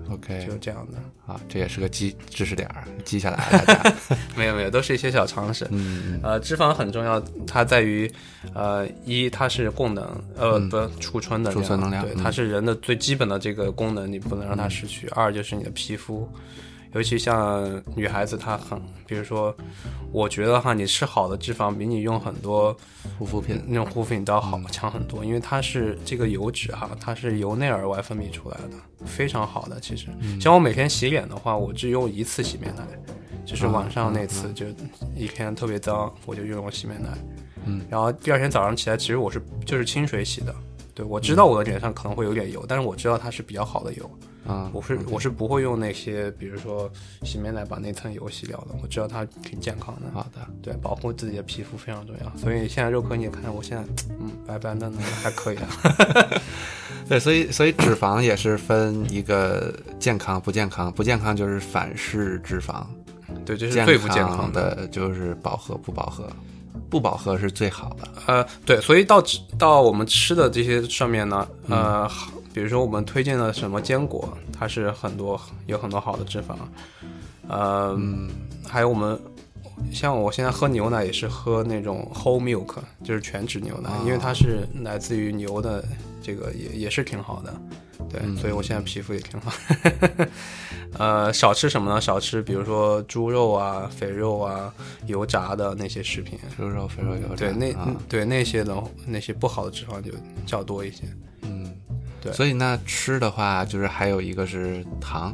Speaker 1: ，OK，
Speaker 2: 就是这样的。
Speaker 1: 啊，这也是个记知识点儿，记下来啊大家。
Speaker 2: <laughs> 没有没有，都是一些小常识。
Speaker 1: 嗯，
Speaker 2: 呃，脂肪很重要，它在于，呃，一它是供能，呃，不储存能量，
Speaker 1: 嗯储存能量
Speaker 2: 对，
Speaker 1: 嗯
Speaker 2: 它是人的最基本的这个功能，你不能让它失去。二就是你的皮肤，尤其像女孩子，她很，比如说，我觉得哈，你吃好的脂肪比你用很多
Speaker 1: 护肤品，
Speaker 2: 嗯那种护肤品都要好强很多，因为它是这个油脂哈，它是由内而外分泌出来的，非常好的。其实，像我每天洗脸的话，我只用一次洗面奶，就是晚上那次就一天特别脏，我就用洗面奶。
Speaker 1: 嗯，
Speaker 2: 然后第二天早上起来，其实我是就是清水洗的。对，我知道我的脸上可能会有点油，但是我知道它是比较好的油，
Speaker 1: 啊，
Speaker 2: 我是我是不会用那些，比如说洗面奶把那层油洗掉的，我知道它挺健康的。
Speaker 1: 好的，
Speaker 2: 对，保护自己的皮肤非常重要。所以现在肉科你也看，我现在嗯白白嫩嫩的还可以啊。 <laughs>
Speaker 1: 对，所以所以脂肪也是分一个健康不健康，不健康就是反式脂肪，
Speaker 2: 对，这是
Speaker 1: 健
Speaker 2: 最不健康
Speaker 1: 康
Speaker 2: 的。
Speaker 1: 的就是饱和不饱和，不饱和是最好的。
Speaker 2: 呃，对，所以到吃到我们吃的这些上面呢，呃，比如说我们推荐的什么坚果，它是很多有很多好的脂肪，呃，还有我们。像我现在喝牛奶也是喝那种 whole milk，就是全脂牛奶，因为它是来自于牛的，这个也也是挺好的，对，所以我现在皮肤也挺好。 <laughs> 呃，少吃什么呢？少吃比如说猪肉啊、肥肉啊、油炸的那些食品，
Speaker 1: 猪肉、肥肉、油
Speaker 2: 对，
Speaker 1: 炸
Speaker 2: 那、嗯
Speaker 1: 啊，
Speaker 2: 对那些的那些不好的脂肪就较多一些。对
Speaker 1: 所以那吃的话，就是还有一个是糖，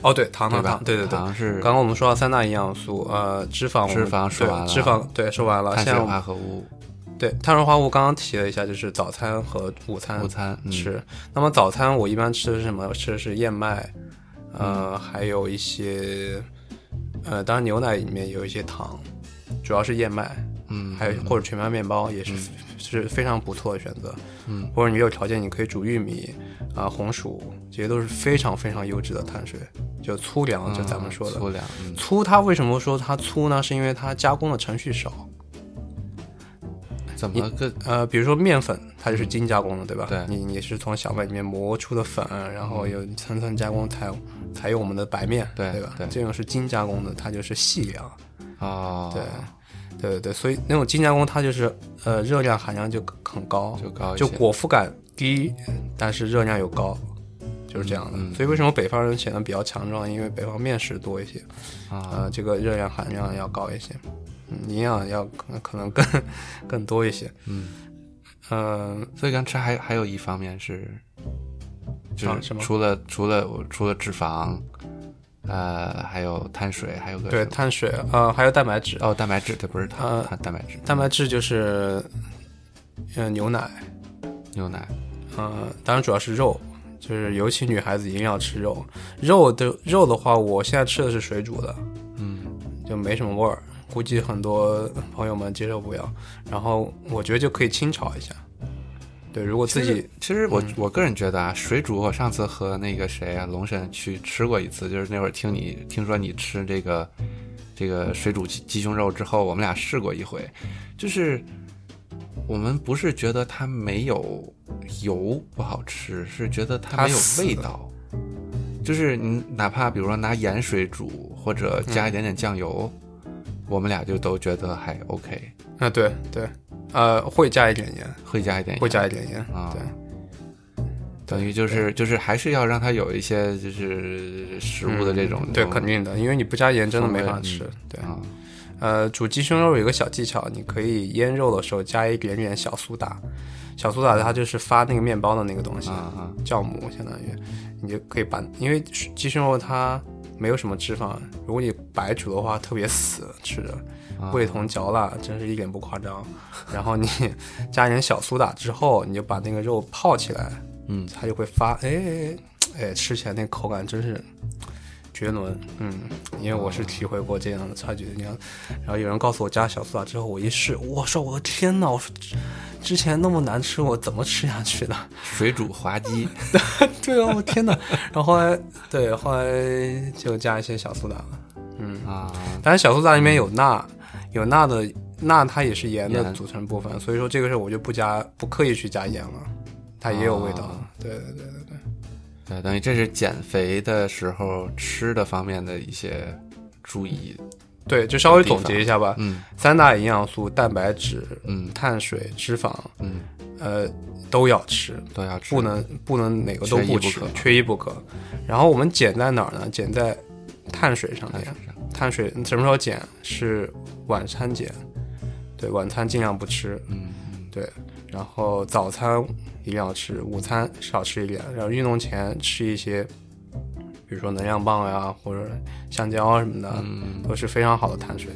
Speaker 2: 哦，对，糖
Speaker 1: 对
Speaker 2: 糖
Speaker 1: 吧
Speaker 2: 糖，？对对对。
Speaker 1: 糖是
Speaker 2: 刚刚我们说到三大营养素，呃，脂肪我们，
Speaker 1: 脂肪说
Speaker 2: 对
Speaker 1: 完了啊
Speaker 2: 脂肪对说完了。
Speaker 1: 碳
Speaker 2: 现
Speaker 1: 水
Speaker 2: 在我们
Speaker 1: 化合物，
Speaker 2: 对碳水化合物刚刚提了一下，就是早餐和午餐
Speaker 1: 午餐嗯
Speaker 2: 吃。那么早餐我一般吃的是什么？吃的是燕麦，呃，
Speaker 1: 嗯
Speaker 2: 还有一些，呃，当然牛奶里面有一些糖，主要是燕麦。
Speaker 1: 嗯，
Speaker 2: 还有或者全麦面包也是、是非常不错的选择。
Speaker 1: 嗯，
Speaker 2: 或者你有条件，你可以煮玉米啊、红薯，这些都是非常非常优质的碳水，就粗粮，就咱们说的。
Speaker 1: 嗯粗粮，嗯
Speaker 2: 粗它为什么说它粗呢？是因为它加工的程序少。
Speaker 1: 怎么个
Speaker 2: 呃，比如说面粉，它就是精加工的，对
Speaker 1: 嗯
Speaker 2: 吧？
Speaker 1: 对嗯
Speaker 2: 你你是从小麦里面磨出的粉，然后有层层加工才才有我们的白面，
Speaker 1: 对
Speaker 2: 吧？
Speaker 1: 对
Speaker 2: 这种是精加工的，它就是细粮。
Speaker 1: 哦？
Speaker 2: 对，对对对，所以那种精加工它就是呃热量含量就很高，
Speaker 1: 就高一
Speaker 2: 就
Speaker 1: 些
Speaker 2: 果腹感低，但是热量又高，就是这样的。所以为什么北方人显得比较强壮？因为北方面食多一些，
Speaker 1: 啊，
Speaker 2: 呃，这个热量含量要高一些，嗯营养要可可能更更多一些。呃嗯
Speaker 1: 所以刚吃还还有一方面是，就
Speaker 2: 啊
Speaker 1: 是
Speaker 2: 什么
Speaker 1: 除了除了我除了脂肪，呃，还有碳水，还有个
Speaker 2: 对，
Speaker 1: 什么
Speaker 2: 碳水呃还有蛋白质，
Speaker 1: 哦，蛋白质，对，不是糖
Speaker 2: 呃，
Speaker 1: 它蛋白质，
Speaker 2: 蛋白质就是嗯、呃牛奶，
Speaker 1: 牛奶，
Speaker 2: 嗯，当然主要是肉，就是尤其女孩子一定要吃肉。肉的肉的话，我现在吃的是水煮的，
Speaker 1: 嗯，
Speaker 2: 就没什么味儿，估计很多朋友们接受不了。然后我觉得就可以清炒一下。对，如果自己
Speaker 1: 其实我、
Speaker 2: 嗯
Speaker 1: 我个人觉得啊，水煮我上次和那个谁啊龙神去吃过一次，就是那会儿听你听说你吃这个这个水煮鸡鸡胸肉之后，我们俩试过一回，就是我们不是觉得它没有油不好吃，是觉得它
Speaker 2: 它
Speaker 1: 没有
Speaker 2: 死
Speaker 1: 味道。就是你哪怕比如说拿盐水煮，或者加一
Speaker 2: 嗯
Speaker 1: 点点酱油，我们俩就都觉得还 OK，
Speaker 2: 啊，对对，呃，会加一点盐，
Speaker 1: 会加一点盐
Speaker 2: 会加一点盐，
Speaker 1: 啊
Speaker 2: 对。
Speaker 1: 等于就是就是还是要让它有一些就是食物的这种、
Speaker 2: 嗯对，肯定的，因为你不加盐真的没法
Speaker 1: 风味
Speaker 2: 吃。对，
Speaker 1: 啊
Speaker 2: 呃，煮鸡胸肉有一个小技巧，你可以腌肉的时候加一点点小苏打，小苏打它就是发那个面包的那个东西，
Speaker 1: 啊啊
Speaker 2: 酵母相当于，你就可以把，因为鸡胸肉它没有什么脂肪，如果你白煮的话特别死，吃着味同嚼蜡，真是一点不夸张。然后你加一点小苏打之后，你就把那个肉泡起来，
Speaker 1: 嗯
Speaker 2: 它就会发，哎哎哎，吃起来那口感真是绝伦，嗯，因为我是体会过这样的差距的那样。然后有人告诉我加小苏打之后，我一试，我说我的天呐，我说之前那么难吃，我怎么吃下去的？
Speaker 1: 水煮滑鸡，
Speaker 2: <laughs> 对啊，我天呐。然后后来对，后来就加一些小苏打了，嗯，
Speaker 1: 啊，
Speaker 2: 但是小苏打里面有钠，有钠的钠它也是盐的
Speaker 1: 盐
Speaker 2: 组成部分，所以说这个事儿我就不加，不刻意去加盐了，它也有味道。
Speaker 1: 啊
Speaker 2: 对对对对对，
Speaker 1: 对，等于这是减肥的时候吃的方面的一些注意，
Speaker 2: 对，就稍微总结一下吧，
Speaker 1: 嗯
Speaker 2: 三大营养素：蛋白质、
Speaker 1: 嗯
Speaker 2: 碳水、脂肪，
Speaker 1: 嗯，
Speaker 2: 呃，都要吃，
Speaker 1: 都要吃，
Speaker 2: 不能不能哪个都
Speaker 1: 缺一
Speaker 2: 不
Speaker 1: 不
Speaker 2: 吃
Speaker 1: 可，
Speaker 2: 缺一不可。然后我们减在哪儿呢？减在碳水上
Speaker 1: 碳
Speaker 2: 面
Speaker 1: 水。上，
Speaker 2: 碳水什么时候减？是晚餐减，对，晚餐尽量不吃，
Speaker 1: 嗯，
Speaker 2: 对，然后早餐一定要吃，午餐少吃一点，然后运动前吃一些，比如说能量棒呀、或者香蕉啊什么的，
Speaker 1: 嗯
Speaker 2: 都是非常好的碳水，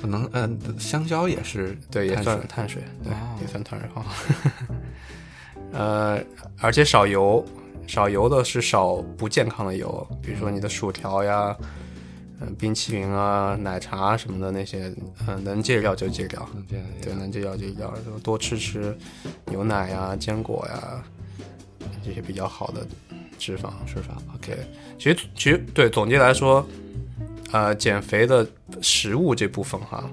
Speaker 1: 可能嗯、香蕉也是
Speaker 2: 对，也
Speaker 1: 碳
Speaker 2: 算
Speaker 1: 水
Speaker 2: 碳水，对，
Speaker 1: 哦
Speaker 2: 也算碳水化。啊 <laughs> 呃，而且少油，少油的是少不健康的油，比如说你的薯条呀。嗯，冰淇淋啊、奶茶啊什么的那些，嗯，能戒掉就戒掉。
Speaker 1: 能嗯这样
Speaker 2: 对，能就要就要，就多吃吃牛奶呀、坚果呀这些比较好的脂肪。
Speaker 1: 吃法，OK，
Speaker 2: 对，其实其实对总结来说，呃，减肥的食物这部分哈，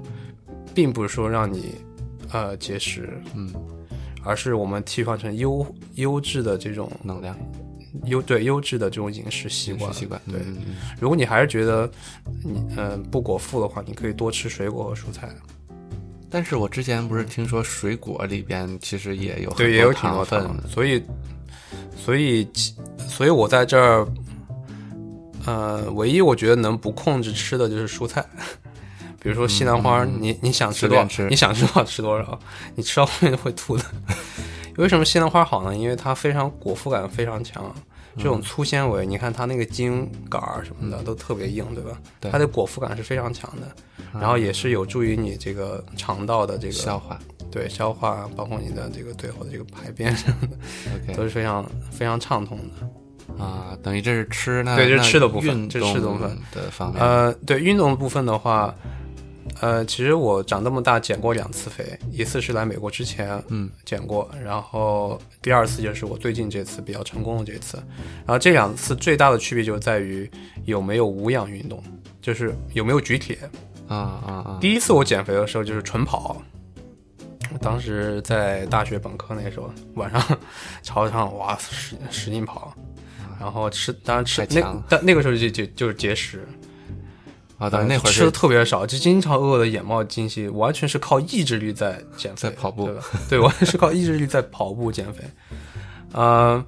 Speaker 2: 并不是说让你呃节食，
Speaker 1: 嗯，
Speaker 2: 而是我们替换成优优质的这种
Speaker 1: 能量
Speaker 2: 优对优质的这种饮食习
Speaker 1: 饮
Speaker 2: 惯
Speaker 1: 食。习惯，
Speaker 2: 对
Speaker 1: 嗯嗯嗯
Speaker 2: 如果你还是觉得你呃不果腹的话，你可以多吃水果和蔬菜。
Speaker 1: 但是我之前不是听说水果里边其实也有
Speaker 2: 对，
Speaker 1: 很
Speaker 2: 也有挺
Speaker 1: 糖
Speaker 2: 多
Speaker 1: 分
Speaker 2: 糖的，所以，所以其，所以我在这儿，呃，唯一我觉得能不控制吃的就是蔬菜， <laughs> 比如说西兰花，你你想
Speaker 1: 嗯
Speaker 2: 吃
Speaker 1: 随
Speaker 2: 多少
Speaker 1: 便吃
Speaker 2: 你想吃多少吃多少，你吃到后面就会吐的。 <laughs> 为什么西兰花好呢？因为它非常果腹感非常强，
Speaker 1: 嗯
Speaker 2: 这种粗纤维，你看它那个茎杆儿什么的都特别硬，对吧？
Speaker 1: 对嗯
Speaker 2: 它的果腹感是非常强的，然后也是有助于你这个肠道的这个
Speaker 1: 消化
Speaker 2: 对消化，啊包括你的这个最后的这个排便什么的，
Speaker 1: ，OK
Speaker 2: 都是非常非常畅通的。
Speaker 1: 啊，等于这是吃那
Speaker 2: 对这是
Speaker 1: 那
Speaker 2: 吃的部分
Speaker 1: 运
Speaker 2: 这是吃的部分
Speaker 1: 动的方面，
Speaker 2: 呃，对运动的部分的话，呃，其实我长这么大减过两次肥，一次是来美国之前，
Speaker 1: 嗯，
Speaker 2: 减过，然后第二次就是我最近这次比较成功的这次。然后这两次最大的区别就在于有没有无氧运动，就是有没有举铁。
Speaker 1: 啊啊啊，
Speaker 2: 第一次我减肥的时候就是纯跑，我当时在大学本科那时候，晚上 <laughs> 操场哇使使劲跑，然后吃当然吃
Speaker 1: 太强
Speaker 2: 那
Speaker 1: 了
Speaker 2: 但那个时候就就就是节食，呃
Speaker 1: 啊，等于那会儿
Speaker 2: 吃的
Speaker 1: 是
Speaker 2: 特别少，就经常饿的眼冒金星，完全是靠意志力在减肥，
Speaker 1: 在跑步
Speaker 2: 对吧？ <laughs> 对，完全是靠意志力在跑步减肥。呃，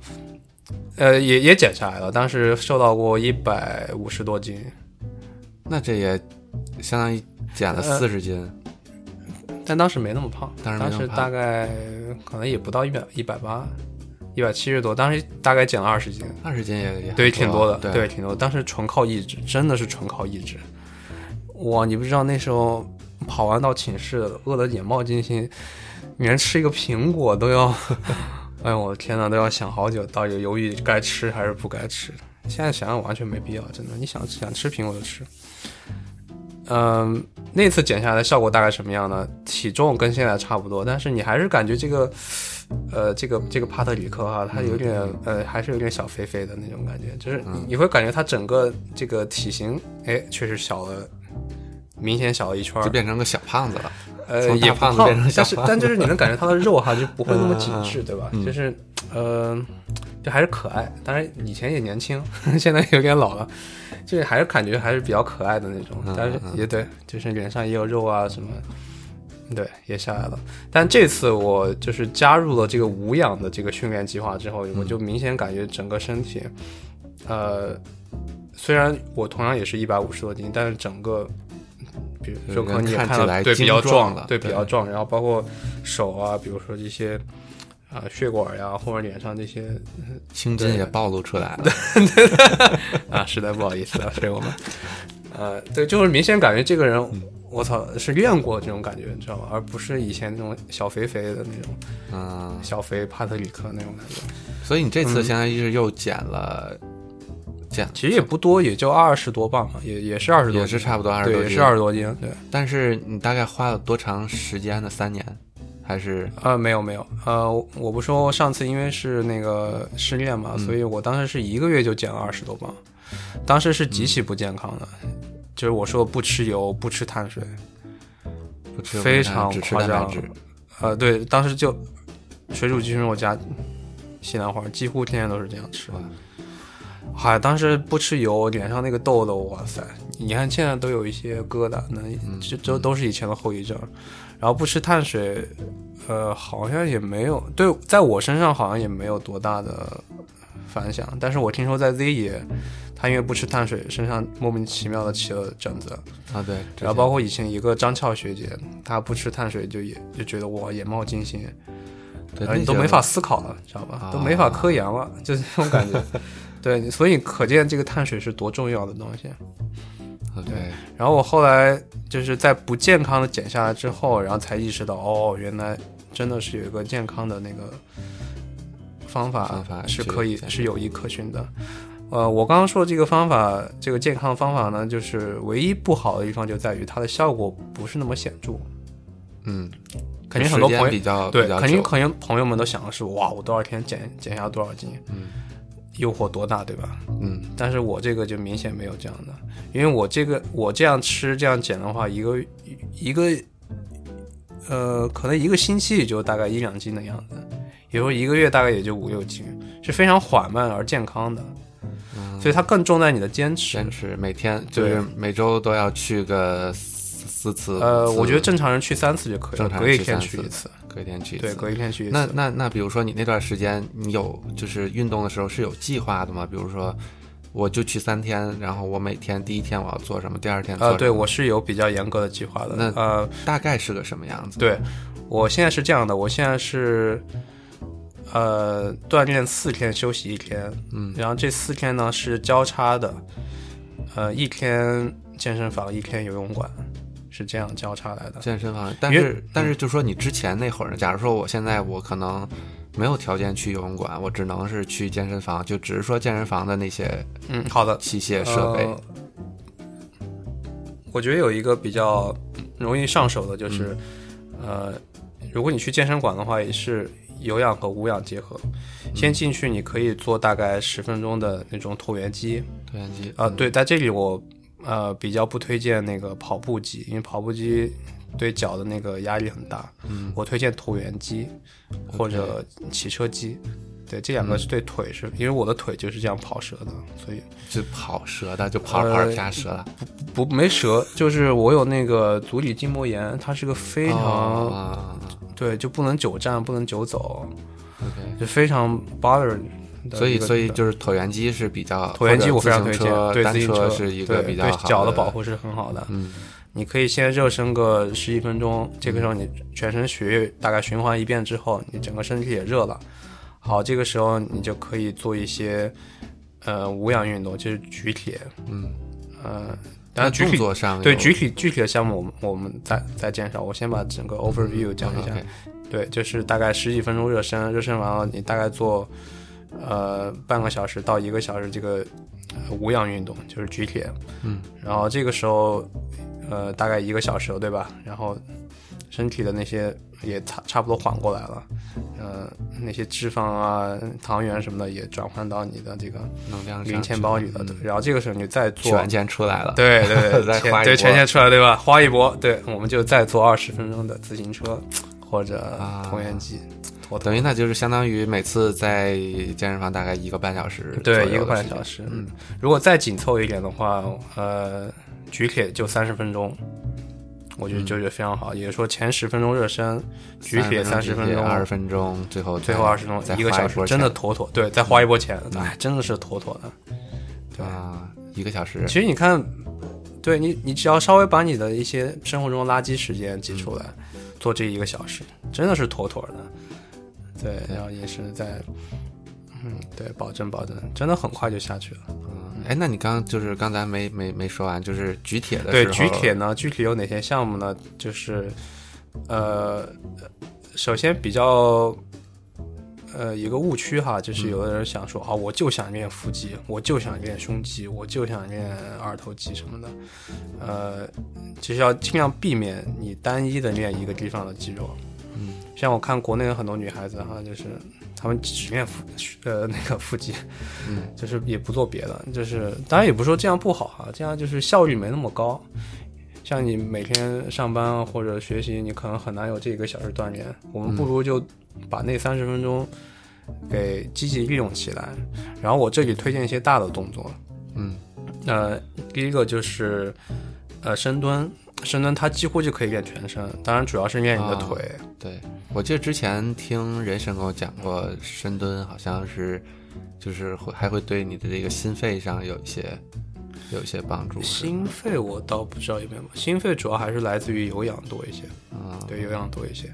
Speaker 2: 呃，也也减下来了，当时瘦到过一百五十多斤，
Speaker 1: 那这也相当于减了
Speaker 2: 呃
Speaker 1: 四十斤，
Speaker 2: 但当时没那么胖，
Speaker 1: 当
Speaker 2: 当
Speaker 1: 时没那么胖
Speaker 2: 大概可能也不到一百一百八，一百七十多，当时大概减了二十斤，
Speaker 1: 二十斤也也
Speaker 2: 对，
Speaker 1: 很
Speaker 2: 挺多的，
Speaker 1: 对，
Speaker 2: 挺多的。当时纯靠意志，真的是纯靠意志。哇，你不知道那时候跑完到寝室，饿得眼冒金星，连吃一个苹果都要， <laughs> 哎呦我的天呐，都要想好久，到底犹豫该吃还是不该吃。现在想想完全没必要，真的，你想想吃苹果就吃。嗯，那次减下来的效果大概什么样呢？体重跟现在差不多，但是你还是感觉这个，呃，这个这个帕特里克哈、他有点呃，还是有点小肥肥的那种感觉，就是你你会感觉他整个这个体型，哎，确实小了，明显小了一圈儿
Speaker 1: 就，变成个小胖子了，
Speaker 2: 呃，
Speaker 1: 从大
Speaker 2: 也不
Speaker 1: 胖子变成小
Speaker 2: 但是
Speaker 1: 胖
Speaker 2: 但就是你能感觉他的肉哈就不会那么紧致，
Speaker 1: 嗯
Speaker 2: 对吧？
Speaker 1: 嗯
Speaker 2: 就是呃，就还是可爱，当然以前也年轻， <laughs> 现在有点老了，就是还是感觉还是比较可爱的那种，
Speaker 1: 嗯
Speaker 2: 但是
Speaker 1: 嗯
Speaker 2: 也对，就是脸上也有肉啊什么。对，也下来了。但这次我就是加入了这个无氧的这个训练计划之后，我
Speaker 1: 嗯
Speaker 2: 就明显感觉整个身体，呃，虽然我同样也是一百五十多斤，但是整个，比如说可能你
Speaker 1: 嗯
Speaker 2: 也
Speaker 1: 看
Speaker 2: 看
Speaker 1: 起
Speaker 2: 了，
Speaker 1: 来
Speaker 2: 对比
Speaker 1: 精
Speaker 2: 较
Speaker 1: 壮
Speaker 2: 壮
Speaker 1: 了
Speaker 2: 对比
Speaker 1: 对
Speaker 2: 较壮，然后包括手啊，比如说这些啊、呃血管呀，或者脸上这些 <laughs>
Speaker 1: 青筋也暴露出来了，
Speaker 2: 啊，实在不好意思啊，睡我们。呃，对，就是明显感觉这个人，
Speaker 1: 嗯
Speaker 2: 我操，是练过这种感觉，你知道吗？而不是以前那种小肥肥的那种
Speaker 1: 嗯，
Speaker 2: 小肥帕特里克那种感觉。
Speaker 1: 所以你这次相当于是又减了。见，
Speaker 2: 其实也不多，也就二十多磅嘛，也也是二十多斤，
Speaker 1: 也是差不多20多
Speaker 2: 对，
Speaker 1: 斤
Speaker 2: 也是二十多斤，对。
Speaker 1: 但是你大概花了多长时间呢？三年还是
Speaker 2: 呃，没有没有，呃，我我不说上次因为是那个失恋
Speaker 1: 嗯
Speaker 2: 嘛，所以我当时是一个月就减了二十多磅，当时是极其不健康的，就是我说不吃油，不吃碳水，
Speaker 1: 不吃
Speaker 2: 非
Speaker 1: 不吃
Speaker 2: 常
Speaker 1: 只吃
Speaker 2: 夸
Speaker 1: 蛋白
Speaker 2: 张
Speaker 1: 质？
Speaker 2: 呃，对，当时就水煮鸡胸肉加西兰花，几乎天天都是这样吃
Speaker 1: 哇。
Speaker 2: 嗨、当时不吃油，脸上那个痘痘，哇塞！你看现在都有一些疙瘩，那这这都是以前的后遗症。然后不吃碳水，呃，好像也没有对，在我身上好像也没有多大的反响。但是我听说在 Z 也，他因为不吃碳水，身上莫名其妙的起了疹子。
Speaker 1: 啊，对，
Speaker 2: 然后包括以前一个张俏学姐，她不吃碳水就也就觉得哇眼冒金星，
Speaker 1: 之前对
Speaker 2: 然呃后你
Speaker 1: 那
Speaker 2: 都
Speaker 1: 些
Speaker 2: 没法思考了，知道吧
Speaker 1: 啊？
Speaker 2: 都没法科研了，就是这种感觉。 <laughs> 对，所以可见这个碳水是多重要的东西。
Speaker 1: OK，
Speaker 2: 然后我后来就是在不健康的减下来之后，然后才意识到，哦，原来真的是有一个健康的那个方法，
Speaker 1: 方法
Speaker 2: 是
Speaker 1: 去
Speaker 2: 可以
Speaker 1: 减
Speaker 2: 是有迹可循的。呃，我刚刚说这个方法，这个健康方法呢，就是唯一不好的地方就在于它的效果不是那么显著。
Speaker 1: 嗯，
Speaker 2: 肯定很多
Speaker 1: 时间
Speaker 2: 朋友
Speaker 1: 比较
Speaker 2: 对
Speaker 1: 比，较
Speaker 2: 肯定
Speaker 1: 久
Speaker 2: 肯定朋友们都想的是，哇，我多少天减减下多少斤，嗯，诱惑多大，对吧？
Speaker 1: 嗯
Speaker 2: 但是我这个就明显没有这样的，因为我这个我这样吃这样减的话，一个一个呃，可能一个星期也就大概一两斤的样子，有时候一个月大概也就五六斤，是非常缓慢而健康的，所以它更重在你的坚持。
Speaker 1: 嗯坚持每天就是每周都要去个四四次。
Speaker 2: 呃，
Speaker 1: 五次
Speaker 2: 我觉得正常人去三次就可以
Speaker 1: 正
Speaker 2: 了，
Speaker 1: 常
Speaker 2: 隔
Speaker 1: 人
Speaker 2: 一
Speaker 1: 去
Speaker 2: 天
Speaker 1: 三
Speaker 2: 去
Speaker 1: 次
Speaker 2: 一次，
Speaker 1: 隔一天去一
Speaker 2: 对，
Speaker 1: 次。
Speaker 2: 隔一天去一次。
Speaker 1: 那那那，比如说你那段时间，你有就是运动的时候是有计划的吗？比如说，我就去三天，然后我每天第一天我要做什么，第二天做
Speaker 2: 呃，
Speaker 1: 什
Speaker 2: 对
Speaker 1: 么，
Speaker 2: 我是有比较严格的计划的。
Speaker 1: 那
Speaker 2: 呃，
Speaker 1: 大概是个什么样子？
Speaker 2: 对，我现在是这样的，我现在是，呃，锻炼四天，休息一天，嗯，然后这四天呢是交叉的，呃，一天健身房，一天游泳馆，是这样交叉来的。
Speaker 1: 健身房，但
Speaker 2: 因
Speaker 1: 是但是就说你之前那会儿，假如说我现在我可能没有条件去游泳馆，我只能是去健身房，就只是说健身房的那些
Speaker 2: 嗯，好的，
Speaker 1: 器械设备，
Speaker 2: 呃我觉得有一个比较容易上手的就是，呃，如果你去健身馆的话，也是有氧和无氧结合。先进去，你可以做大概十分钟的那种椭圆机，
Speaker 1: 椭圆机
Speaker 2: 啊，对，在这里我呃比较不推荐那个跑步机，因为跑步机对脚的那个压力很大。嗯，我推荐椭圆机或者骑车机。对，这
Speaker 1: 嗯
Speaker 2: 两个是对腿是，因为我的腿就是这样跑折的，所以
Speaker 1: 就跑折的，就跑着
Speaker 2: 呃
Speaker 1: 跑着啪折了。
Speaker 2: 不没折，就是我有那个足底筋膜炎，它是个非常、
Speaker 1: 啊
Speaker 2: 对，就不能久站，不能久走，
Speaker 1: ，OK。
Speaker 2: 就非常 bother 的一个。
Speaker 1: 所以，所以就是椭圆机是比较
Speaker 2: 椭圆机我非常
Speaker 1: 或者自行车，
Speaker 2: 推荐对
Speaker 1: 单
Speaker 2: 自行
Speaker 1: 车
Speaker 2: 车
Speaker 1: 是一个
Speaker 2: 对
Speaker 1: 比较好
Speaker 2: 对脚的保护是很好的。嗯，你可以先热身个十一分钟，这个时候
Speaker 1: 嗯
Speaker 2: 你全身血液大概循环一遍之后，你整个身体也热了。好，这个时候你就可以做一些呃无氧运动，就是举铁。嗯，呃，
Speaker 1: 那
Speaker 2: 当然举
Speaker 1: 动
Speaker 2: 铁
Speaker 1: 作上
Speaker 2: 对
Speaker 1: 有
Speaker 2: 具体具体的项目，我们我们再再介绍。我先把整个 overview 讲一下。
Speaker 1: 嗯啊 OK
Speaker 2: 对，就是大概十几分钟热身，热身完了你大概做呃半个小时到一个小时这个呃无氧运动，就是举铁。嗯。然后这个时候呃大概一个小时了，对吧？然后身体的那些也差差不多缓过来了，呃那些脂肪啊、糖原什么的也转换到你的这个
Speaker 1: 能量上
Speaker 2: 零钱包里了。对然后这个时候你再
Speaker 1: 取
Speaker 2: 做
Speaker 1: 完钱出来了，
Speaker 2: <laughs> 对对对，
Speaker 1: 再
Speaker 2: 钱
Speaker 1: 花一
Speaker 2: 对
Speaker 1: 波
Speaker 2: 权限出来对吧？花一波，对，我们就再坐二十分钟的自行车或者椭圆机，妥妥
Speaker 1: 等于那就是相当于每次在健身房大概一个半小时左右的
Speaker 2: 对
Speaker 1: 时间，
Speaker 2: 一个半小时。嗯，如果再紧凑一点的话，呃，举铁就三十分钟。我觉得就觉得非常好，也就是说前十分钟热身，举铁三十分钟，
Speaker 1: 二十分钟，最后
Speaker 2: 最后二十分
Speaker 1: 再
Speaker 2: 钟一个小时，真的妥妥。对，再花一波钱，哎，真的是妥妥的。嗯
Speaker 1: 对啊，一个小时
Speaker 2: 其实你看，对你，你只要稍微把你的一些生活中的垃圾时间挤出来，做这一个小时，真的是妥妥的。对，然后也是在，嗯，对，保证保证，真的很快就下去了。
Speaker 1: 嗯哎，那你刚就是刚才没没没说完，就是举铁的
Speaker 2: 对，
Speaker 1: 时候，
Speaker 2: 举铁呢，具体有哪些项目呢？就是，呃，首先比较，呃一个误区哈，
Speaker 1: 嗯
Speaker 2: 就是有的人想说啊、我就想练腹肌，我就想练胸肌，我就想练二头肌什么的，呃，其实要尽量避免你单一的练一个地方的肌肉。
Speaker 1: 嗯，
Speaker 2: 像我看国内的很多女孩子哈，就是她们只练腹呃那个腹肌，
Speaker 1: 嗯
Speaker 2: 就是也不做别的，就是当然也不是说这样不好哈，这样就是效率没那么高。像你每天上班或者学习，你可能很难有这一个小时锻炼。我们不如就把那三十分钟给积极利用起来。然后我这里推荐一些大的动作，
Speaker 1: 嗯
Speaker 2: 呃，第一个就是呃深蹲，深蹲它几乎就可以练全身，当然主要是练你的
Speaker 1: 啊
Speaker 2: 腿。
Speaker 1: 对，我记得之前听人参跟我讲过，深蹲好像是，就是会还会对你的这个心肺上有一些有一些帮助。是
Speaker 2: 心肺我倒不知道有没有，心肺主要还是来自于有氧多一些，
Speaker 1: 嗯，
Speaker 2: 对，有氧多一些。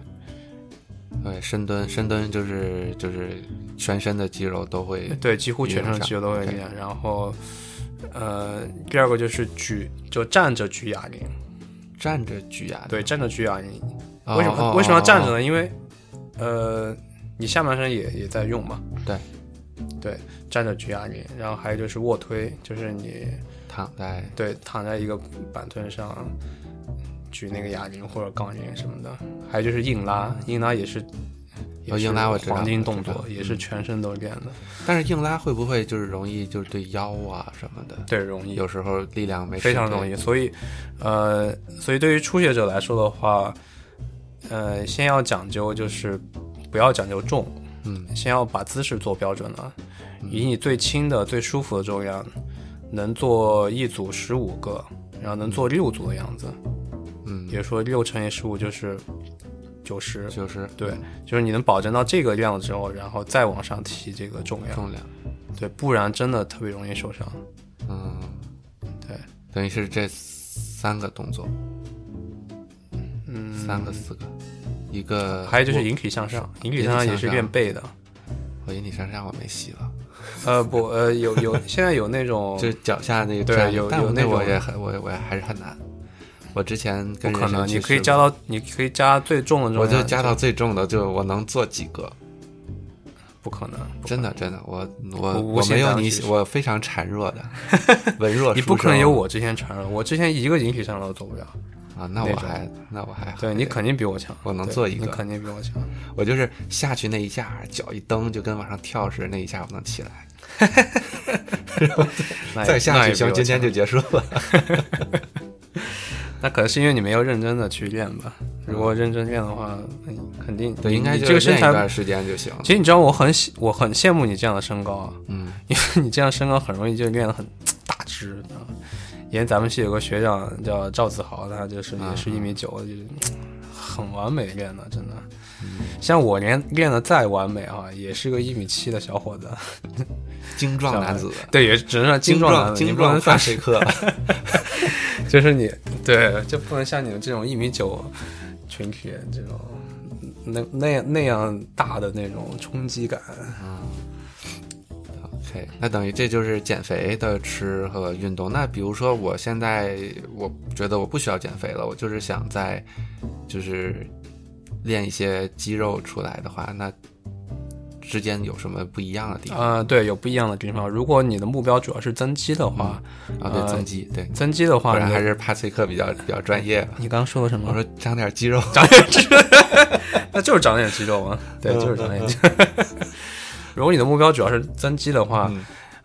Speaker 1: 对，深蹲，深蹲就是就是全身的肌肉都会，
Speaker 2: 对，几乎全身肌肉都会练。然后，呃，第二个就是举，就站着举哑铃。
Speaker 1: 站着举哑铃。
Speaker 2: 对，站着举哑铃。
Speaker 1: 哦，
Speaker 2: 为什么、
Speaker 1: 哦
Speaker 2: 为什么要站着？
Speaker 1: 哦
Speaker 2: 呢？因为，呃，你下半身也也在用嘛。
Speaker 1: 对。
Speaker 2: 对，站着举哑铃，然后还有就是卧推，就是你
Speaker 1: 哦躺在
Speaker 2: 对躺在一个板凳上举那个哑铃或者杠铃什么的，还有就是硬拉，硬拉也是，也
Speaker 1: 哦
Speaker 2: 是
Speaker 1: 硬拉我知道
Speaker 2: 黄金
Speaker 1: 我知
Speaker 2: 动
Speaker 1: 道嗯
Speaker 2: 作，也是全身都练的，
Speaker 1: 但是硬拉会不会就是容易就是对腰啊什么的？
Speaker 2: 对，容易
Speaker 1: 有时候力量没
Speaker 2: 非常
Speaker 1: 使
Speaker 2: 容
Speaker 1: 劲
Speaker 2: 易。所以，呃，所以对于初学者来说的话，呃，先要讲究就是不要讲究重，
Speaker 1: 嗯，
Speaker 2: 先要把姿势做标准了，以你最轻的、最舒服的重量，能做一组十五个，然后能做六组的样子，
Speaker 1: 嗯
Speaker 2: 比如说六乘以十五就是九十，
Speaker 1: 就是
Speaker 2: 对，就是你能保证到这个量之后，然后再往上提这个重量，
Speaker 1: 重量，
Speaker 2: 对，不然真的特别容易受伤，
Speaker 1: 嗯，
Speaker 2: 对，
Speaker 1: 等于是这三个动作，
Speaker 2: 嗯，
Speaker 1: 三个四个，一个
Speaker 2: 还有就是引体向上，引体向上也是练背的。
Speaker 1: 我引体向上我没戏了，
Speaker 2: 呃，不，呃，有有，现在有那种，
Speaker 1: <laughs> 就是脚下那个
Speaker 2: 哦对
Speaker 1: 站立
Speaker 2: 有
Speaker 1: 但我
Speaker 2: 有那
Speaker 1: 那我
Speaker 2: 种
Speaker 1: 也很我也我也还是很难。我之前
Speaker 2: 不
Speaker 1: 跟
Speaker 2: 可能，
Speaker 1: 人生
Speaker 2: 你
Speaker 1: 去
Speaker 2: 可以
Speaker 1: 试
Speaker 2: 加到，你可以加最重的重
Speaker 1: 过，我
Speaker 2: 量，
Speaker 1: 就加到最重的，就我能做几个，
Speaker 2: 不可能，不可
Speaker 1: 真的真的，我我
Speaker 2: 我无
Speaker 1: 我
Speaker 2: 限
Speaker 1: 没有
Speaker 2: 量
Speaker 1: 你
Speaker 2: 其，实
Speaker 1: 我非常孱弱
Speaker 2: <laughs>
Speaker 1: 的，文弱
Speaker 2: 你
Speaker 1: 书
Speaker 2: 不可能
Speaker 1: 生
Speaker 2: 有我之前传了，我之前一个引体向上都做不了，
Speaker 1: 啊，那
Speaker 2: 那
Speaker 1: 我
Speaker 2: 种
Speaker 1: 还那我还好
Speaker 2: 对
Speaker 1: 一
Speaker 2: 你
Speaker 1: 点
Speaker 2: 肯定比我强，
Speaker 1: 啊我能
Speaker 2: 对
Speaker 1: 做一个
Speaker 2: 你肯定比我
Speaker 1: <laughs>
Speaker 2: 强，
Speaker 1: 我就是下去那一下，脚一蹬就跟往上跳似的，那一下我能起来，
Speaker 2: 那也
Speaker 1: 再下
Speaker 2: 那
Speaker 1: 去
Speaker 2: 也比我
Speaker 1: 行，今天
Speaker 2: 强
Speaker 1: 就结束了。
Speaker 2: 那可能是因为你没有认真的去练吧，如果认真练的话，嗯肯定
Speaker 1: 对，
Speaker 2: 你
Speaker 1: 应该
Speaker 2: 你
Speaker 1: 就
Speaker 2: 这个
Speaker 1: 是
Speaker 2: 身
Speaker 1: 练一段
Speaker 2: 材，
Speaker 1: 时间就行了。
Speaker 2: 其实你知道我很喜，我很羡慕你这样的身高啊，
Speaker 1: 嗯，
Speaker 2: 因为你这样身高很容易就练得很大只，你知道吗？以前咱们系有个学长叫赵子豪，他就是也是一米九，就是很完美练的，真的。
Speaker 1: 嗯
Speaker 2: 像我连练的再完美啊，也是个一米七的小伙子，
Speaker 1: 精壮男子，
Speaker 2: 对，也只能算精壮男
Speaker 1: 壮
Speaker 2: 子，你
Speaker 1: 精
Speaker 2: 不能
Speaker 1: 壮帕菲 <laughs>
Speaker 2: 算
Speaker 1: 克，
Speaker 2: 就是你对，就不能像你们这种一米九群体这种那那样那样大的那种冲击感。
Speaker 1: 啊 OK，那等于这就是减肥的吃和运动。那比如说，我现在我觉得我不需要减肥了，我就是想在就是练一些肌肉出来的话，那之间有什么不一样的地方
Speaker 2: 啊、对，有不一样的地方。如果你的目标主要是增肌的话，
Speaker 1: 啊？对，
Speaker 2: 呃
Speaker 1: 增肌，对，
Speaker 2: 增肌的话
Speaker 1: 果然
Speaker 2: 你
Speaker 1: 还是帕崔克比较比较专业。
Speaker 2: 你刚刚说了什么？
Speaker 1: 我说长点肌肉，
Speaker 2: 长点肌，那就是长点肌肉嘛。 <laughs> 对，就是长点肌。 <laughs> 如果你的目标主要是增肌的话，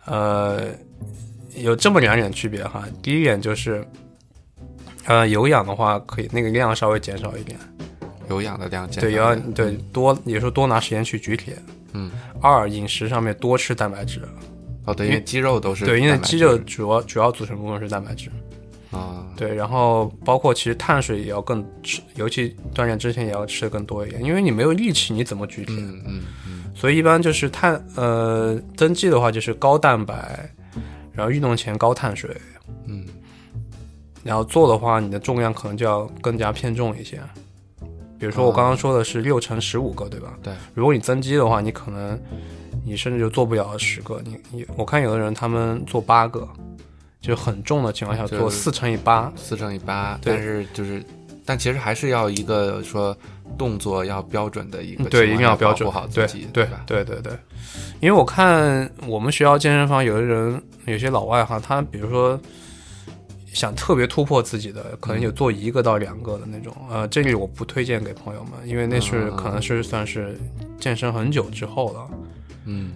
Speaker 2: 呃，有这么两点区别哈。第一点就是，呃，有氧的话可以那个量稍微减少一点，
Speaker 1: 有氧的量减少
Speaker 2: 对，
Speaker 1: 一
Speaker 2: 有氧
Speaker 1: 点。
Speaker 2: 对嗯多有时候多拿时间去举铁。
Speaker 1: 嗯，
Speaker 2: 二饮食上面多吃蛋白质，
Speaker 1: 哦，对，因为肌肉都是
Speaker 2: 对，因为
Speaker 1: 蛋白
Speaker 2: 肌
Speaker 1: 质
Speaker 2: 肉主要主要组成部分是蛋白质，
Speaker 1: 啊，
Speaker 2: 对，然后包括其实碳水也要更吃，尤其锻炼之前也要吃的更多一点，因为你没有力气，你怎么举铁？
Speaker 1: 嗯嗯嗯，
Speaker 2: 所以一般就是碳呃增肌的话就是高蛋白，然后运动前高碳水，
Speaker 1: 嗯，
Speaker 2: 然后做的话你的重量可能就要更加偏重一些。比如说我刚刚说的是六乘十五个，对吧？
Speaker 1: 啊对，
Speaker 2: 如果你增肌的话，你可能你甚至就做不了十个。你你我看有的人他们做八个，就很重的情况下
Speaker 1: 就是
Speaker 2: 做四乘以八，
Speaker 1: 四乘以八，
Speaker 2: 对
Speaker 1: 但是就是但其实还是要一个说动作要标准的一个情况下，
Speaker 2: 嗯对，一定要标准，
Speaker 1: 保护好自
Speaker 2: 对
Speaker 1: 己，
Speaker 2: 对
Speaker 1: 吧？
Speaker 2: 对对对，因为我看我们学校健身房有的人，有些老外哈，他比如说想特别突破自己的，可
Speaker 1: 嗯
Speaker 2: 能有做一个到两个的那种，呃，这里我不推荐给朋友们，因为那是
Speaker 1: 嗯
Speaker 2: 可能是算是健身很久之后了，
Speaker 1: 嗯，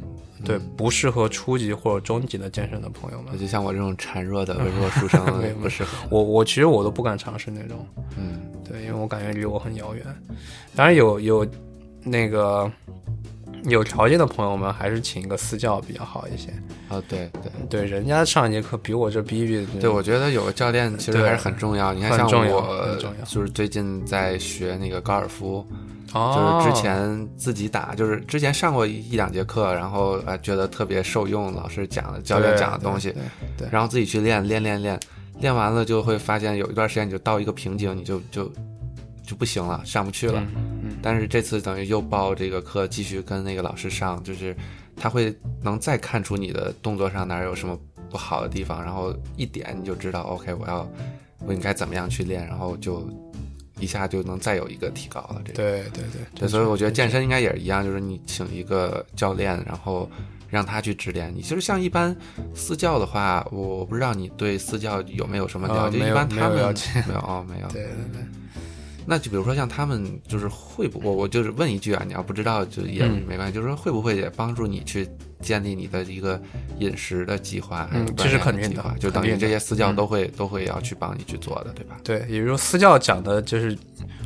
Speaker 2: 对，不适合初级或者中级的健身的朋友们。
Speaker 1: 就像我这种孱弱的微弱书生
Speaker 2: <laughs> 没有
Speaker 1: 不适合，
Speaker 2: 我我其实我都不敢尝试那种，
Speaker 1: 嗯
Speaker 2: 对，因为我感觉离我很遥远。当然有有那个有条件的朋友们，还是请一个私教比较好一些。
Speaker 1: 啊，对对。
Speaker 2: 对，人家上一节课比我这逼逼。
Speaker 1: 对，我觉得有个教练其实
Speaker 2: 对
Speaker 1: 还是很重要。你看，
Speaker 2: 很
Speaker 1: 像
Speaker 2: 重要
Speaker 1: 我
Speaker 2: 很重要
Speaker 1: 就是最近在学那个高尔夫，
Speaker 2: 哦
Speaker 1: 就是之前自己打，就是之前上过一一两节课，然后啊觉得特别受用，老师讲的教练
Speaker 2: 对
Speaker 1: 讲的东西
Speaker 2: 对，对
Speaker 1: 然后自己去练练练练，练完了就会发现有一段时间你就到一个瓶颈，你就就就不行了，上不去了。
Speaker 2: 嗯
Speaker 1: 但是这次等于又报这个课，继续跟那个老师上，就是他会能再看出你的动作上哪儿有什么不好的地方，然后一点你就知道，OK，我要我应该怎么样去练，然后就一下就能再有一个提高了。这个，
Speaker 2: 对对对
Speaker 1: 对，所以我觉得健身应该也是一样，就是你请一个教练，然后让他去指点你。就是像一般私教的话，我我不知道你对私教有没有什么了
Speaker 2: 呃
Speaker 1: 解，
Speaker 2: 没有
Speaker 1: 一般他们
Speaker 2: 没
Speaker 1: <laughs>
Speaker 2: 有了解
Speaker 1: 没有哦，没有。
Speaker 2: 对对对，
Speaker 1: 那就比如说像他们就是会不，我我就是问一句啊，你要不知道就也
Speaker 2: 嗯
Speaker 1: 没关系，就是说会不会也帮助你去建立你的一个饮食的计划，还有
Speaker 2: 嗯
Speaker 1: 锻
Speaker 2: 这是
Speaker 1: 炼
Speaker 2: 肯定
Speaker 1: 计
Speaker 2: 的
Speaker 1: 划，就
Speaker 2: 肯
Speaker 1: 等于
Speaker 2: 定
Speaker 1: 这
Speaker 2: 的
Speaker 1: 些私教
Speaker 2: 嗯
Speaker 1: 都会、都会要去帮你去做的，对吧？
Speaker 2: 对，也就是说私教讲的就是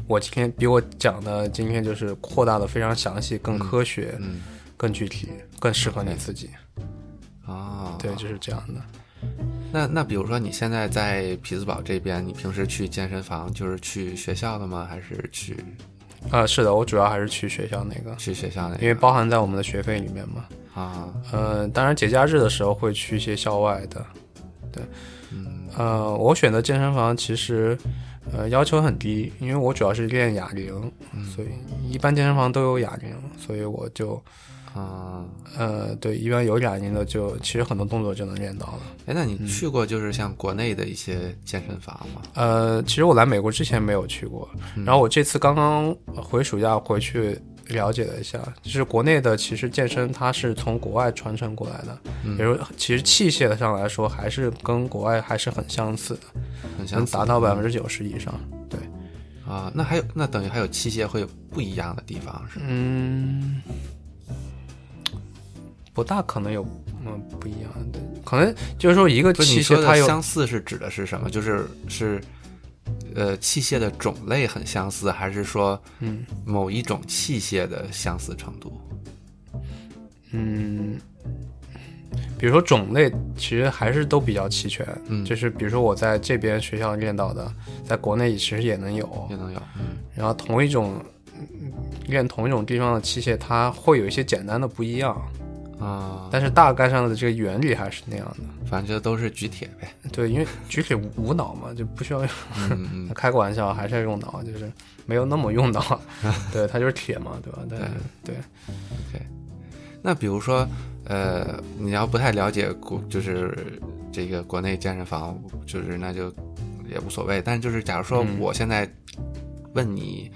Speaker 2: 我今天比我讲的今天就是扩大的非常详细，更科学，
Speaker 1: 嗯，
Speaker 2: 更具体，更适合你自己。
Speaker 1: 哦，
Speaker 2: 对，就是这样的。
Speaker 1: 那那比如说你现在在匹兹堡这边，你平时去健身房就是去学校的吗？还是去
Speaker 2: 啊、是的，我主要还是去学校那个，
Speaker 1: 去学校那个？
Speaker 2: 因为包含在我们的学费里面嘛。
Speaker 1: 啊，
Speaker 2: 呃，当然节假日的时候会去一些校外的，对，呃，我选择健身房其实，呃，要求很低，因为我主要是练哑铃，所以一般健身房都有哑铃，所以我就，
Speaker 1: 啊，
Speaker 2: 呃，对，一般有哑铃的就其实很多动作就能练到了。
Speaker 1: 哎，那你去过就是像国内的一些健身房吗？
Speaker 2: 呃，其实我来美国之前没有去过，
Speaker 1: 嗯
Speaker 2: 然后我这次刚刚回暑假回去了解了一下，就是国内的其实健身它是从国外传承过来的，
Speaker 1: 嗯
Speaker 2: 比如其实器械的上来说还是跟国外还是很相似的，
Speaker 1: 很像
Speaker 2: 能达到百分之九十以上。对，
Speaker 1: 啊，那还有那等于还有器械会有不一样的地方是吗？
Speaker 2: 嗯，不大可能有嗯不一样的，可能就是说一个
Speaker 1: 不是你
Speaker 2: 器
Speaker 1: 说
Speaker 2: 械它
Speaker 1: 的
Speaker 2: 有
Speaker 1: 相似是指的是什么？就是是呃器械的种类很相似，还是说
Speaker 2: 嗯
Speaker 1: 某一种器械的相似程度？
Speaker 2: 嗯，比如说种类，其实还是都比较齐全。
Speaker 1: 嗯
Speaker 2: 就是比如说我在这边学校练到的，在国内其实也能有
Speaker 1: 也。能有，嗯
Speaker 2: 然后同一种嗯练同一种地方的器械，它会有一些简单的不一样，
Speaker 1: 啊，
Speaker 2: 但是大概上的这个原理还是那样的。
Speaker 1: 反正就都是举铁
Speaker 2: <laughs>
Speaker 1: 呗。
Speaker 2: 对，因为举铁无无脑嘛，就不需要用。 <laughs>
Speaker 1: 嗯嗯，
Speaker 2: 开个玩笑，还是要用脑，就是没有那么
Speaker 1: <laughs>
Speaker 2: 用脑。对，它就是铁嘛，对吧？但是对，
Speaker 1: 那比如说，呃，你要不太了解国，就是这个国内健身房，就是那就也无所谓。但就是假如说
Speaker 2: 嗯
Speaker 1: 我现在问你，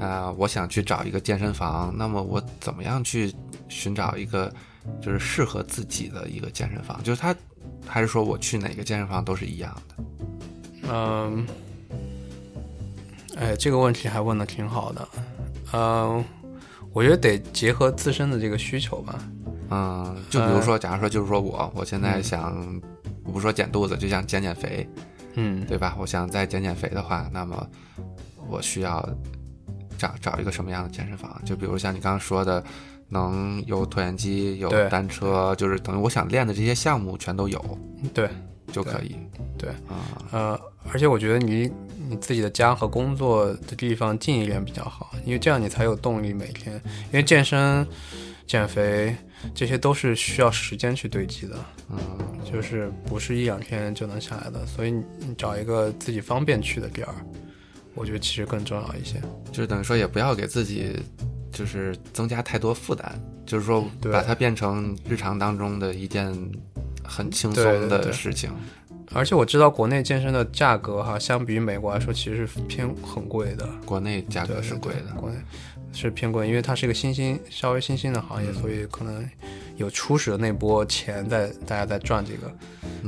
Speaker 1: 啊、我想去找一个健身房，那么我怎么样去寻找一个就是适合自己的一个健身房？就是它，还是说我去哪个健身房都是一样的？
Speaker 2: 嗯，哎，这个问题还问的挺好的。嗯，我觉得得结合自身的这个需求吧。
Speaker 1: 嗯，就比如说，假如说就是说我我现在想，我不说减肚子，就想减减肥，
Speaker 2: 嗯，
Speaker 1: 对吧？我想再减减肥的话，那么我需要找找一个什么样的健身房？就比如像你刚刚说的，能有椭圆机，有
Speaker 2: 对
Speaker 1: 单车，就是等于我想练的这些项目全都有
Speaker 2: 对
Speaker 1: 就可以。
Speaker 2: 对，
Speaker 1: 啊、
Speaker 2: 呃，而且我觉得离你自己的家和工作的地方近一点比较好，因为这样你才有动力每天。因为健身、减肥这些都是需要时间去堆积的，
Speaker 1: 嗯，
Speaker 2: 就是不是一两天就能下来的。所以你你找一个自己方便去的地儿，我觉得其实更重要一些。
Speaker 1: 就是等于说也不要给自己就是增加太多负担，就是说
Speaker 2: 对而且我知道国内健身的价格哈，相比于美国来说，其实是偏很贵的。
Speaker 1: 国内价格是贵的，
Speaker 2: 国内是偏贵，因为它是一个新兴、稍微新兴的行业，
Speaker 1: 嗯
Speaker 2: 所以可能有初始的那波钱在大家在赚这个。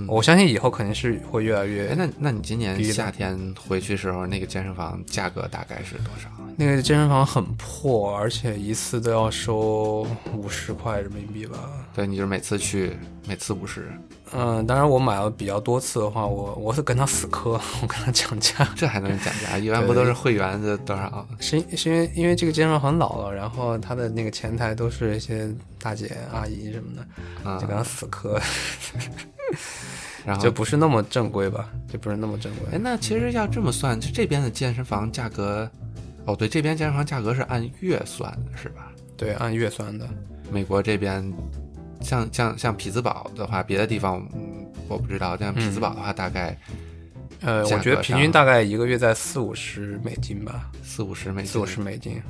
Speaker 2: 我相信以后肯定是会越来
Speaker 1: 嗯哎，
Speaker 2: 越。
Speaker 1: 那那你今年
Speaker 2: 低的
Speaker 1: 夏天回去时候，那个健身房价格大概是多少？
Speaker 2: 那个健身房很破，而且一次都要收五十块人民币吧。
Speaker 1: 对，你就是每次去，每次五十，
Speaker 2: 嗯，当然我买了比较多次的话，我我是跟他死磕，我跟他讲价。
Speaker 1: 这还能讲价？一般不都是会员的多少？
Speaker 2: 是因是因为因为这个健身房很老了，然后它的那个前台都是一些大姐阿姨什么的，
Speaker 1: 啊
Speaker 2: 就，跟他死磕，
Speaker 1: 然后
Speaker 2: 就不是那么正规吧，就不是那么正
Speaker 1: 哎，
Speaker 2: 规。
Speaker 1: 那其实要这么算，就这边的健身房价格，哦，对，这边健身房价格是按月算的，是吧？
Speaker 2: 对，按月算的。
Speaker 1: 美国这边，像像像匹兹堡的话，别的地方嗯我不知道，但
Speaker 2: 嗯
Speaker 1: 匹兹堡的话大概
Speaker 2: 呃，
Speaker 1: 价
Speaker 2: 我
Speaker 1: 格
Speaker 2: 觉得平均
Speaker 1: 上
Speaker 2: 大概一个月在四五十美金吧，
Speaker 1: 四五十美金，
Speaker 2: 四五十美金。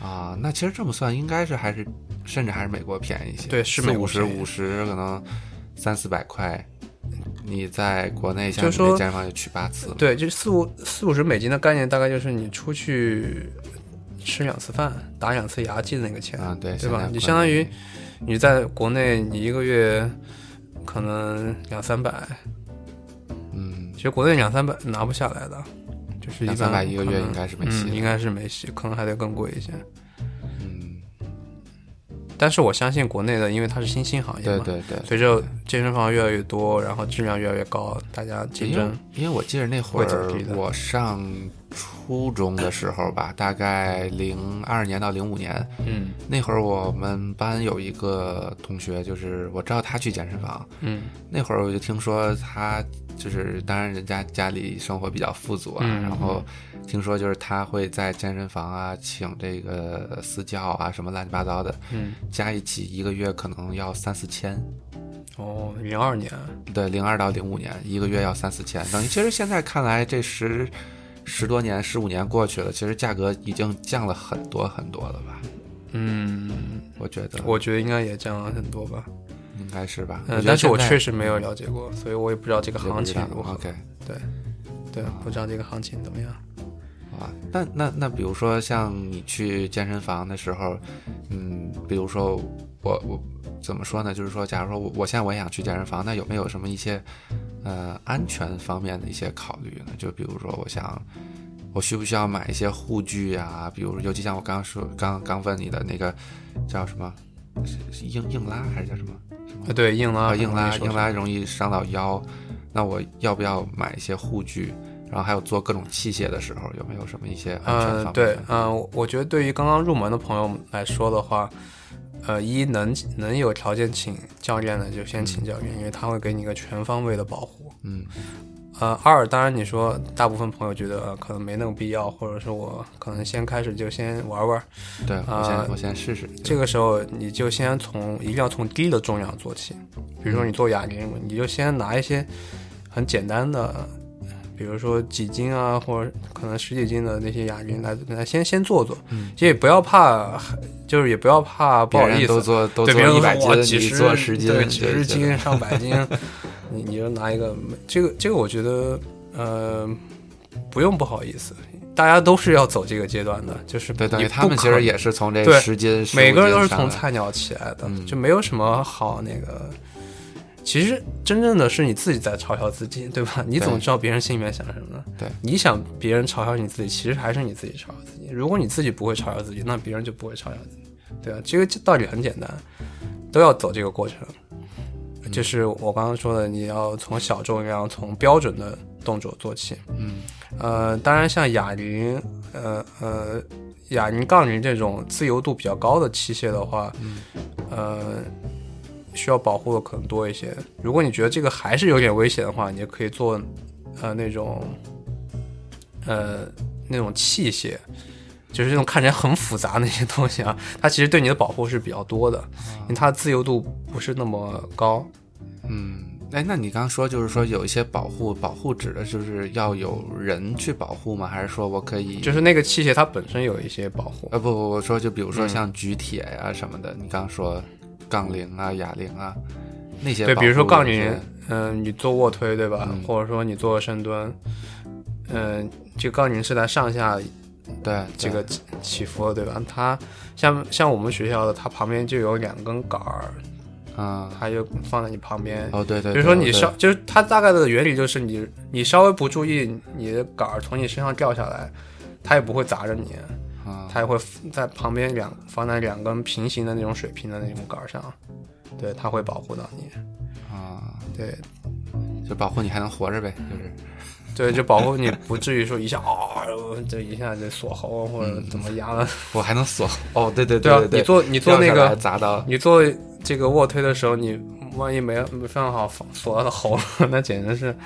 Speaker 1: 啊，那其实这么算，应该是还是甚至还是美国便宜一些，
Speaker 2: 对是
Speaker 1: 四
Speaker 2: 美
Speaker 1: 五
Speaker 2: 国
Speaker 1: 十
Speaker 2: 便宜
Speaker 1: 五十可能三四百块。你在国内像
Speaker 2: 就
Speaker 1: 你那
Speaker 2: 说
Speaker 1: 健身房就去八次了，
Speaker 2: 对，就是四五四五十美金的概念，大概就是你出去吃两次饭、打两次牙祭的那个钱
Speaker 1: 啊对
Speaker 2: 对
Speaker 1: 现在
Speaker 2: 吧？你
Speaker 1: 国
Speaker 2: 相当
Speaker 1: 内
Speaker 2: 于你在国内，你一个月可能两三百，
Speaker 1: 嗯，
Speaker 2: 其实国内两三百拿不下来的，就是一
Speaker 1: 两
Speaker 2: 般
Speaker 1: 三百一个
Speaker 2: 可
Speaker 1: 月
Speaker 2: 能
Speaker 1: 应该是没戏
Speaker 2: 嗯，
Speaker 1: 的
Speaker 2: 应该是没戏，可能还得更贵一些。
Speaker 1: 嗯，
Speaker 2: 但是我相信国内的，因为它是新兴行业
Speaker 1: 对
Speaker 2: 嘛，
Speaker 1: 对对，
Speaker 2: 随着健身房越来越多，然后质量越来越高，大家竞
Speaker 1: 因为
Speaker 2: 争，
Speaker 1: 因为我记得那会
Speaker 2: 会走低
Speaker 1: 儿
Speaker 2: 的
Speaker 1: 我上初中的时候吧，大概零二年到零五年
Speaker 2: 嗯
Speaker 1: 那会儿，我们班有一个同学，就是我知道他去健身房，
Speaker 2: 嗯
Speaker 1: 那会儿我就听说他就是，当然人家家里生活比较富足啊，
Speaker 2: 嗯
Speaker 1: 然后听说就是他会在健身房啊请这个私教啊什么乱七八糟的，
Speaker 2: 嗯。
Speaker 1: 加一起一个月可能要三四千。
Speaker 2: 哦，零二年，
Speaker 1: 对，零二到零五年，一个月要三四千，等于其实现在看来，这十十多年、十五年过去了，其实价格已经降了很多很多了吧？
Speaker 2: 嗯，
Speaker 1: 我觉得
Speaker 2: 我觉得应该也降了很多吧。
Speaker 1: 应该是吧。
Speaker 2: 嗯，但是我确
Speaker 1: 实
Speaker 2: 实没有了解过，所以我也不知道这个行情如何。
Speaker 1: OK，
Speaker 2: 对，对，不知道这个行情怎么样。
Speaker 1: 好吧。啊那那那，比如说像你去健身房的时候，嗯，比如说我我怎么说呢？就是说，假如说我我现在我也想去健身房，那有没有什么一些呃安全方面的一些考虑呢？就比如说，我想我需不需要买一些护具啊？比如，尤其像我刚刚说刚刚问你的那个叫什么是是硬硬拉还是叫什么？
Speaker 2: 啊，对，硬拉
Speaker 1: 啊，硬拉
Speaker 2: 很容易受
Speaker 1: 硬拉容易伤到腰，那我要不要买一些护具？然后还有做各种器械的时候，有没有什么一些安全
Speaker 2: 呃，
Speaker 1: 方面
Speaker 2: 对
Speaker 1: 的？，
Speaker 2: 嗯、我我觉得对于刚刚入门的朋友来说的话，呃，一能能有条件请教练的就先请教练，因为他会给你一个全方位的保护。
Speaker 1: 嗯
Speaker 2: 呃，二当然你说大部分朋友觉得、呃、可能没那个必要，或者说我可能先开始就先玩玩，
Speaker 1: 对我先、
Speaker 2: 呃
Speaker 1: 我先试试。
Speaker 2: 这个时候你就先从一定要从低的重量做起，比如说你做哑铃，你就先拿一些很简单的，比如说几斤啊，或者可能十几斤的那些哑铃来来先先做做，
Speaker 1: 嗯
Speaker 2: 其实也不要怕，就是也不要怕不
Speaker 1: 别
Speaker 2: 好
Speaker 1: 人
Speaker 2: 意
Speaker 1: 都
Speaker 2: 思，
Speaker 1: 做都
Speaker 2: 对别人
Speaker 1: 做一
Speaker 2: 说
Speaker 1: 百斤
Speaker 2: 哇，几
Speaker 1: 你
Speaker 2: 十
Speaker 1: 做十斤，
Speaker 2: 对
Speaker 1: 就
Speaker 2: 几
Speaker 1: 觉得
Speaker 2: 十斤上百斤，
Speaker 1: <laughs>
Speaker 2: 你你就拿一个这个这个我觉得呃不用不好意思，大家都是要走这个阶段的，就是
Speaker 1: 对，等于
Speaker 2: 你
Speaker 1: 他
Speaker 2: 不
Speaker 1: 们其
Speaker 2: 可
Speaker 1: 实也是从这
Speaker 2: 对
Speaker 1: 十斤，15
Speaker 2: 每个人都是
Speaker 1: 斤
Speaker 2: 从
Speaker 1: 上来
Speaker 2: 菜鸟起来的，
Speaker 1: 嗯
Speaker 2: 就没有什么好那个。其实真正的是你自己在嘲笑自己，对吧？你总知道别人心里面想什么呢？
Speaker 1: 对
Speaker 2: 你想别人嘲笑你自己，其实还是你自己嘲笑自己。如果你自己不会嘲笑自己，那别人就不会嘲笑自己，对啊，这个道理很简单，都要走这个过程。
Speaker 1: 嗯
Speaker 2: 就是我刚刚说的，你要从小重量、从标准的动作做起。
Speaker 1: 嗯，
Speaker 2: 呃，当然像哑铃，呃呃，哑铃、杠铃这种自由度比较高的器械的话，呃，需要保护的可能多一些。如果你觉得这个还是有点危险的话，你就可以做呃那种呃那种器械。就是这种看起来很复杂的那些东西啊，它其实对你的保护是比较多的，因为它自由度不是那么高。
Speaker 1: 嗯，哎，那你刚刚说就是说有一些保护，保护指的就是要有人去保护吗？还是说我可以？
Speaker 2: 就是那个器械它本身有一些保护。
Speaker 1: 呃，不不，
Speaker 2: 嗯
Speaker 1: 我说就比如说像举铁呀、什么的，你刚刚说杠铃啊、哑铃啊，那些
Speaker 2: 对，比如说
Speaker 1: 保
Speaker 2: 告诉
Speaker 1: 护
Speaker 2: 你
Speaker 1: 这些，嗯
Speaker 2: 嗯、你做卧推对吧？或者说你做深蹲，嗯、就告诉你是在上下
Speaker 1: 对
Speaker 2: 这个起起伏对吧？它像像我们学校的，它旁边就有两根杆儿，
Speaker 1: 啊、
Speaker 2: 它就放在你旁边。
Speaker 1: 哦对对，
Speaker 2: 比如说
Speaker 1: 对
Speaker 2: 你
Speaker 1: 对
Speaker 2: 稍就是它大概的原理就是你你稍微不注意，你的杆儿从你身上掉下来，它也不会砸着你，
Speaker 1: 啊
Speaker 2: 它也会 f- 在旁边两放在两根平行的那种水平的那种杆儿上，对，它会保护到你。
Speaker 1: 啊，
Speaker 2: 对，
Speaker 1: 就保护你还能活着呗，就是
Speaker 2: 对，就保护你不至于说一下啊，这一下就锁喉或者怎么样了。
Speaker 1: 我还能锁。哦嗯对对
Speaker 2: 对啊
Speaker 1: 对，，对
Speaker 2: 你做你做
Speaker 1: 掉
Speaker 2: 那
Speaker 1: 下来
Speaker 2: 个
Speaker 1: 砸到，
Speaker 2: 你做这个卧推的时候，你万一没没放好锁锁到喉 <laughs> 咙，那简直是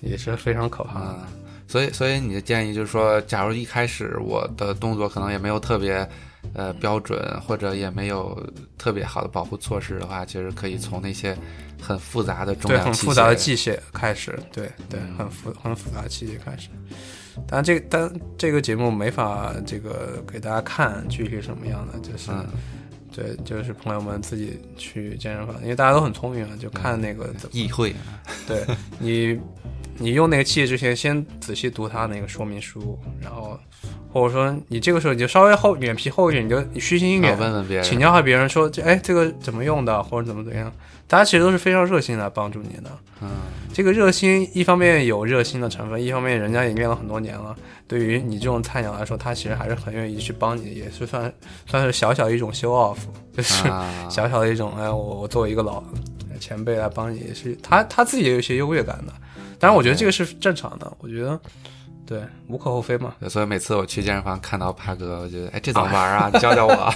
Speaker 2: 也是非常可怕的。
Speaker 1: 啊，所以所以你的建议就是说，假如一开始我的动作可能也没有特别呃标准，或者也没有特别好的保护措施的话，其实可以从那些很复杂的重
Speaker 2: 对，
Speaker 1: 量
Speaker 2: 很
Speaker 1: 器
Speaker 2: 复杂的
Speaker 1: 械嗯
Speaker 2: 器械开始，对对，很复很复杂的器械开始。但这个但这个节目没法这个给大家看具体什么样的，就是、
Speaker 1: 嗯
Speaker 2: 对，就是朋友们自己去健身房，因为大家都很聪明啊，就
Speaker 1: 嗯
Speaker 2: 看那个怎么
Speaker 1: 议会啊
Speaker 2: 对你，你用那个器械之前，先仔细读它那个说明书，然后或者说你这个时候你就稍微厚脸皮厚一点，你就你虚心一
Speaker 1: 要
Speaker 2: 点，
Speaker 1: 问问别
Speaker 2: 请
Speaker 1: 人。
Speaker 2: 教一下别人说这哎这个怎么用的，或者怎么怎么样，大家其实都是非常热心来帮助你的。
Speaker 1: 嗯，
Speaker 2: 这个热心一方面有热心的成分，一方面人家也练了很多年了，对于你这种菜鸟来说，他其实还是很愿意去帮你，也是算算是小小一种 show off，就是。
Speaker 1: 啊，
Speaker 2: 小小的一种，哎，我我作为一个老前辈来帮你，是他他自己也有一些优越感的。当然，我觉得这个是正常的，我觉得对无可厚非嘛。
Speaker 1: 所以每次我去健身房看到帕哥，我觉得哎这怎么玩
Speaker 2: <laughs>
Speaker 1: 啊？你教教我。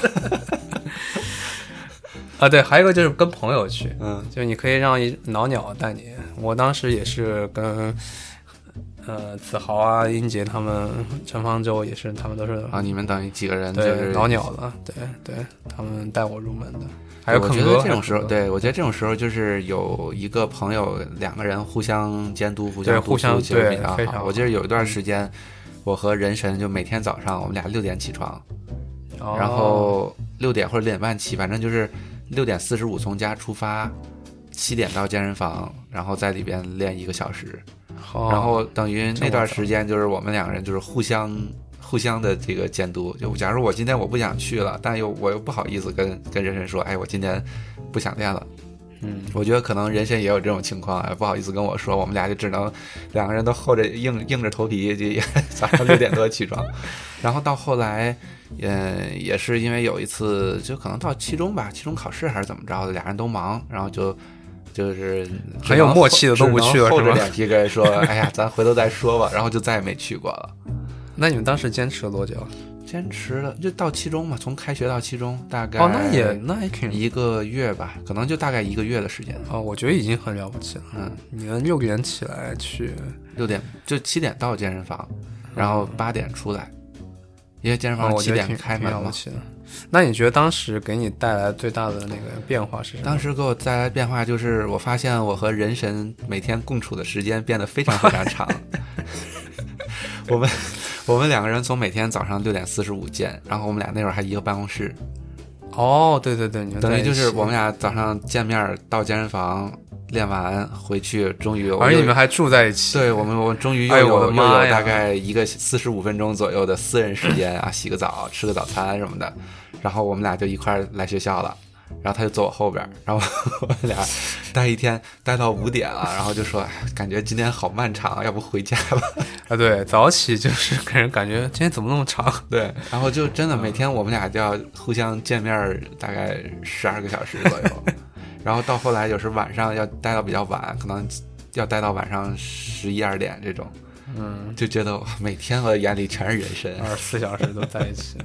Speaker 2: 啊，对，还有一个就是跟朋友去，
Speaker 1: 嗯，
Speaker 2: 就你可以让一老鸟带你。我当时也是跟呃子豪啊、英杰他们、陈方舟也是，他们都是、
Speaker 1: 啊，你们等于几个人就
Speaker 2: 对
Speaker 1: 是
Speaker 2: 老鸟了，对对，他们带我入门的。还
Speaker 1: 对
Speaker 2: 有
Speaker 1: 我
Speaker 2: 肯
Speaker 1: 觉
Speaker 2: 哥，
Speaker 1: 得这种时候，
Speaker 2: 还有肯哥
Speaker 1: 对我觉得这种时候就是有一个朋友，两个人互相监督、互
Speaker 2: 对
Speaker 1: 相
Speaker 2: 互
Speaker 1: 督促，
Speaker 2: 相
Speaker 1: 其实
Speaker 2: 对
Speaker 1: 比较
Speaker 2: 非
Speaker 1: 啊好。
Speaker 2: 常
Speaker 1: 我记得有一段时间，我和人神就每天早上我们俩六点起床，
Speaker 2: 哦
Speaker 1: 然后六点或者六点半起，反正就是六点四十五从家出发，七点到健身房，然后在里边练一个小时，
Speaker 2: 哦
Speaker 1: 然后等于
Speaker 2: 这
Speaker 1: 那
Speaker 2: 么
Speaker 1: 段
Speaker 2: 早
Speaker 1: 时间就是我们两个人就是互相。互相的这个监督，就假如我今天我不想去了，但又我又不好意思跟跟人神说，哎，我今天不想练了，
Speaker 2: 嗯，
Speaker 1: 我觉得可能人参也有这种情况啊，不好意思跟我说，我们俩就只能两个人都厚着硬硬着头皮，就 <laughs> 早上六点多起床，然后到后来，嗯，也是因为有一次，就可能到期中吧，期中考试还是怎么着的，俩人都忙，然后就就是
Speaker 2: 很有默契的
Speaker 1: 只能
Speaker 2: 都不去了
Speaker 1: 厚着
Speaker 2: 是吧
Speaker 1: 脸皮跟人说，哎呀，咱回头再说吧，然后就再也没去过了。
Speaker 2: 那你们当时坚持了多久？
Speaker 1: 坚持了就到期中嘛，从开学到期中大概
Speaker 2: 哦，那也那也挺
Speaker 1: 一个月吧，可能就大概一个月的时间。
Speaker 2: 哦，我觉得已经很了不起了。
Speaker 1: 嗯，
Speaker 2: 你能六点起来去，
Speaker 1: 六点就七点到健身房，然后八点出来，因为健身
Speaker 2: 啊，
Speaker 1: 房
Speaker 2: 嗯我
Speaker 1: 七
Speaker 2: 觉得
Speaker 1: 点
Speaker 2: 挺
Speaker 1: 开
Speaker 2: 挺
Speaker 1: 门
Speaker 2: 了不
Speaker 1: 嘛。
Speaker 2: 起的。那你觉得当时给你带来最大的那个变化是什么？
Speaker 1: 当时给我带来变化就是，我发现我和人神每天共处的时间变得非常非常长。 <laughs> 我们我们两个人从每天早上六点四十五见，然后我们俩那会儿还一个办公室，
Speaker 2: 哦，对对对，你们
Speaker 1: 等
Speaker 2: 在
Speaker 1: 于
Speaker 2: 一
Speaker 1: 就是
Speaker 2: 起
Speaker 1: 我们，俩早上见面到健身房练完回去，终于我
Speaker 2: 而且
Speaker 1: 又
Speaker 2: 你们还住在一起。
Speaker 1: 对我们，我终于又
Speaker 2: 哎呦
Speaker 1: 有、
Speaker 2: 我的
Speaker 1: 又
Speaker 2: 妈
Speaker 1: 有
Speaker 2: 呀
Speaker 1: 大概一个四十五分钟左右的私人时间啊，洗个澡、吃个早餐什么的，然后我们俩就一块儿来学校了。然后他就坐我后边儿，然后我们俩待一天，待到五点了，然后就说，哎，感觉今天好漫长，要不回家吧？ <laughs>
Speaker 2: 啊，对，早起就是给人感觉今天怎么那么长？
Speaker 1: 对，然后就真的每天我们俩就要互相见面儿，大概十二个小时左右，然后到后来有时晚上要待到比较晚，可能要待到晚上十一二点这种，
Speaker 2: 嗯，
Speaker 1: 就觉得哇每天我眼里全是人参。
Speaker 2: <laughs> 二十四小时都在一起。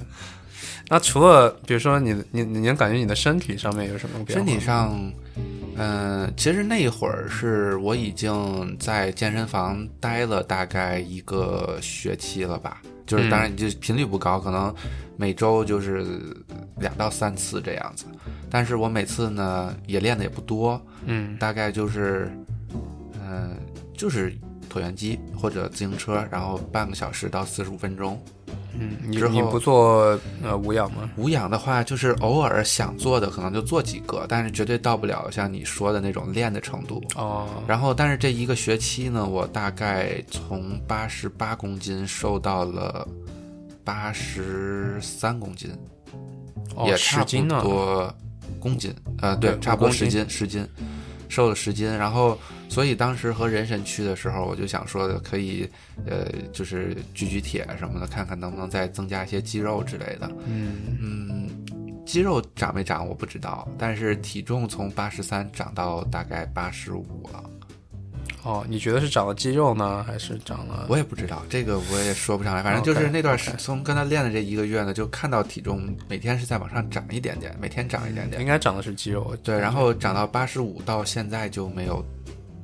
Speaker 2: 那除了比如说你的你你能感觉你的身体上面有什么变
Speaker 1: <laughs>
Speaker 2: 化？
Speaker 1: 身体上，嗯、其实那会儿是我已经在健身房待了大概一个学期了吧，就是当然你就频率不高，可能每周就是两到三次这样子，但是我每次呢也练的也不多，
Speaker 2: 嗯
Speaker 1: 大概就是，嗯、就是椭圆机或者自行车，然后半个小时到四十五分钟，
Speaker 2: 嗯，你
Speaker 1: 之后
Speaker 2: 你不做呃无氧吗？
Speaker 1: 无氧的话，就是偶尔想做的可能就做几个，但是绝对到不了像你说的那种练的程度。
Speaker 2: 哦，
Speaker 1: 然后，但是这一个学期呢，我大概从八十八公斤瘦到了八十三公斤，
Speaker 2: 哦
Speaker 1: 也差
Speaker 2: 十
Speaker 1: 不
Speaker 2: 斤呢。
Speaker 1: 多公斤，呃，
Speaker 2: 对
Speaker 1: 对，差不多
Speaker 2: 五公
Speaker 1: 十
Speaker 2: 斤
Speaker 1: 斤，十斤，瘦了十斤。然后，所以当时和人参去的时候，我就想说的可以，呃，就是举举铁什么的，看看能不能再增加一些肌肉之类的。
Speaker 2: 嗯，
Speaker 1: 嗯，肌肉长没长我不知道，但是体重从八十三长到大概八十五了，
Speaker 2: 哦，你觉得是长了肌肉呢，还是长了？
Speaker 1: 我也不知道，这个我也说不上来。反正就是
Speaker 2: OK，
Speaker 1: 那段
Speaker 2: OK
Speaker 1: 时从跟他练的这一个月呢，就看到体重每天是在往上涨一点点，每天涨一点点。
Speaker 2: 应该长的是肌肉。
Speaker 1: 嗯对，然后涨到八十五，到现在就没有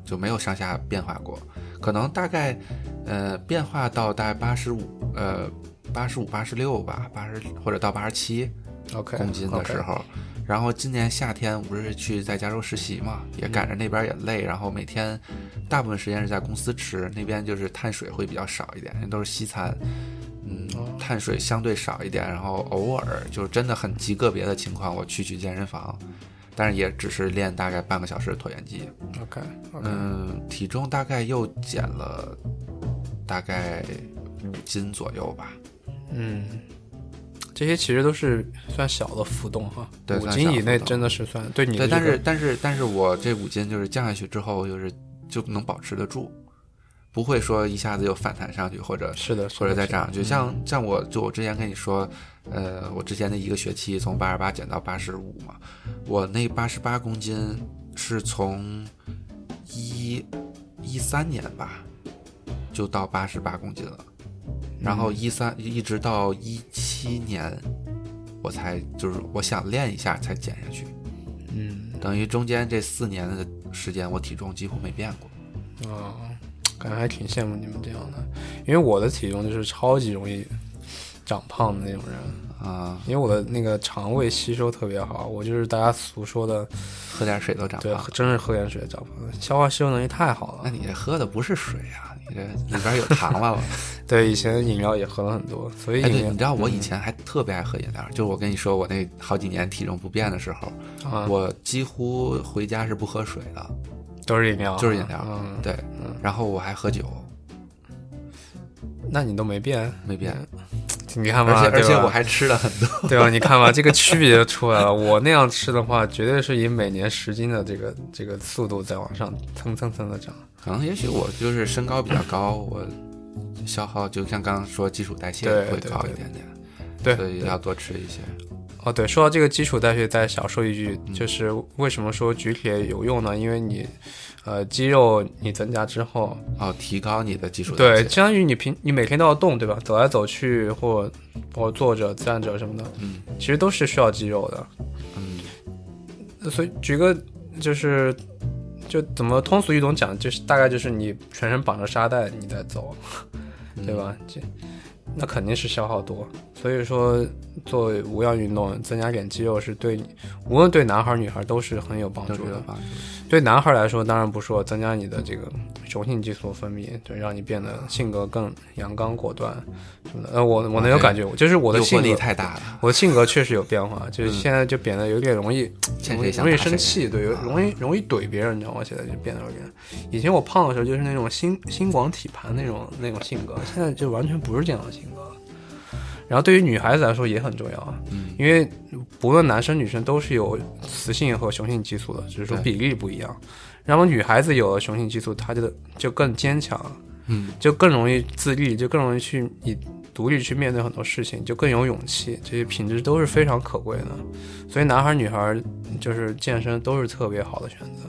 Speaker 1: 就没有上下变化过，可能大概呃变化到大概八十五呃八十五八十六吧，八十或者到八十七，
Speaker 2: OK
Speaker 1: 公斤的时
Speaker 2: OK
Speaker 1: 候。然后今年夏天我不是去在加州实习嘛，也赶着那边也累，然后每天大部分时间是在公司吃，那边就是碳水会比较少一点，那都是西餐，嗯，碳水相对少一点，然后偶尔就是真的很极个别的情况，我去去健身房，但是也只是练大概半个小时的椭圆机，
Speaker 2: OK OK，
Speaker 1: 嗯，体重大概又减了大概五斤左右吧，
Speaker 2: 嗯，这些其实都是算小的浮动哈，
Speaker 1: 对
Speaker 2: 五
Speaker 1: 算
Speaker 2: 斤
Speaker 1: 小
Speaker 2: 以
Speaker 1: 浮
Speaker 2: 内
Speaker 1: 动
Speaker 2: 真的是算对你
Speaker 1: 对，
Speaker 2: 的
Speaker 1: 但
Speaker 2: 这
Speaker 1: 是
Speaker 2: 个
Speaker 1: 但是但是我这五斤就是降下去之后，就是就能保持得住，不会说一下子又反弹上去，或者
Speaker 2: 是的，是
Speaker 1: 或者
Speaker 2: 的嗯
Speaker 1: 再
Speaker 2: 是的
Speaker 1: 涨上去。像像我就我之前跟你说，呃，我之前的一个学期从八十八减到八十五嘛，我那八十八公斤是从一一三年吧，就到八十八公斤了，然
Speaker 2: 嗯
Speaker 1: 后一三一直到一七年，我才就是我想练一下才减下去。
Speaker 2: 嗯
Speaker 1: 等于中间这四年的时间，我体重几乎没变过。
Speaker 2: 哦，感觉还挺羡慕你们这样的，因为我的体重就是超级容易长胖的那种人，
Speaker 1: 啊、
Speaker 2: 因为我的那个肠胃吸收特别好，我就是大家俗说的，
Speaker 1: 喝点水都长
Speaker 2: 对
Speaker 1: 胖。，
Speaker 2: 真是喝点水长胖，消化吸收能力太好
Speaker 1: 那
Speaker 2: 了。
Speaker 1: 你这喝的不是水啊？你这里边有糖
Speaker 2: <laughs>
Speaker 1: 了吧？
Speaker 2: 对，以前饮料也喝了很多，所以
Speaker 1: 哎，对，
Speaker 2: 饮
Speaker 1: 你
Speaker 2: 料
Speaker 1: 知道我以前还特别爱喝饮料，就是我跟你说，我那好几年体重不变的时候，
Speaker 2: 啊
Speaker 1: 我几乎回家是不喝水的，
Speaker 2: 都是饮料啊，
Speaker 1: 就是饮料。
Speaker 2: 嗯，
Speaker 1: 对，然后我还喝酒，
Speaker 2: 那你都没变，
Speaker 1: 没变，
Speaker 2: 你看
Speaker 1: 而
Speaker 2: 吧，
Speaker 1: 且而
Speaker 2: 嗯啊对
Speaker 1: 且
Speaker 2: 吧
Speaker 1: 我还吃了很多。 <laughs>
Speaker 2: 对吧？你看吧，这个区别就出来了。我那样吃的话，绝对是以每年十斤的这个这个速度在往上蹭蹭蹭的涨。
Speaker 1: 可能也许我就是身高比较高，我消耗就像刚刚说基础代谢
Speaker 2: 对
Speaker 1: 会
Speaker 2: 对
Speaker 1: 高
Speaker 2: 对
Speaker 1: 一点点，
Speaker 2: 对
Speaker 1: 所以要多吃一些。
Speaker 2: 哦，对，说到这个基础代谢，再少说一句，
Speaker 1: 嗯
Speaker 2: 就是为什么说举铁有用呢？因为你，呃，肌肉你增加之后，
Speaker 1: 哦，提高你的基础代
Speaker 2: 对，
Speaker 1: 谢
Speaker 2: 相当于你平你每天都要动，对吧？走来走去或或坐着、站着什么的，
Speaker 1: 嗯，
Speaker 2: 其实都是需要肌肉的。
Speaker 1: 嗯
Speaker 2: 所以举个就是就怎么通俗易懂讲，就是大概就是你全身绑着沙袋你在走，
Speaker 1: 嗯
Speaker 2: 对吧？这那肯定是消耗多，所以说做无氧运动增加点肌肉是对你无论对男孩儿女孩儿都是很有帮
Speaker 1: 都
Speaker 2: 助
Speaker 1: 是
Speaker 2: 的
Speaker 1: 有。帮助的。
Speaker 2: 对男孩儿来说当然不说，增加你的这个雄性激素分泌，对，让你变得性格更阳刚果断什么的。呃，我我能有
Speaker 1: 啊对
Speaker 2: 感觉，就是我的
Speaker 1: 诱惑
Speaker 2: 性
Speaker 1: 力
Speaker 2: 格
Speaker 1: 太嗯大了，
Speaker 2: 我的性格确实有变化，就是现在就变得有点容易，
Speaker 1: 见
Speaker 2: 容
Speaker 1: 谁
Speaker 2: 易
Speaker 1: 想
Speaker 2: 容易
Speaker 1: 打谁
Speaker 2: 生气，对，有
Speaker 1: 啊
Speaker 2: 容易容易怼别人，你知道吗？现在就变得有点，以前我胖的时候就是那种心心广体盘那种那种性格，现在就完全不是这样的性格了。然后对于女孩子来说也很重要啊，
Speaker 1: 嗯
Speaker 2: 因为不论男生女生都是有雌性和雄性激素的，只是说
Speaker 1: 对
Speaker 2: 比例不一样。然后女孩子有了雄性激素，她就就更坚强，
Speaker 1: 嗯，
Speaker 2: 就更容易自立，就更容易去你独立去面对很多事情，就更有勇气，这些品质都是非常可贵的。所以男孩儿女孩儿就是健身都是特别好的选择。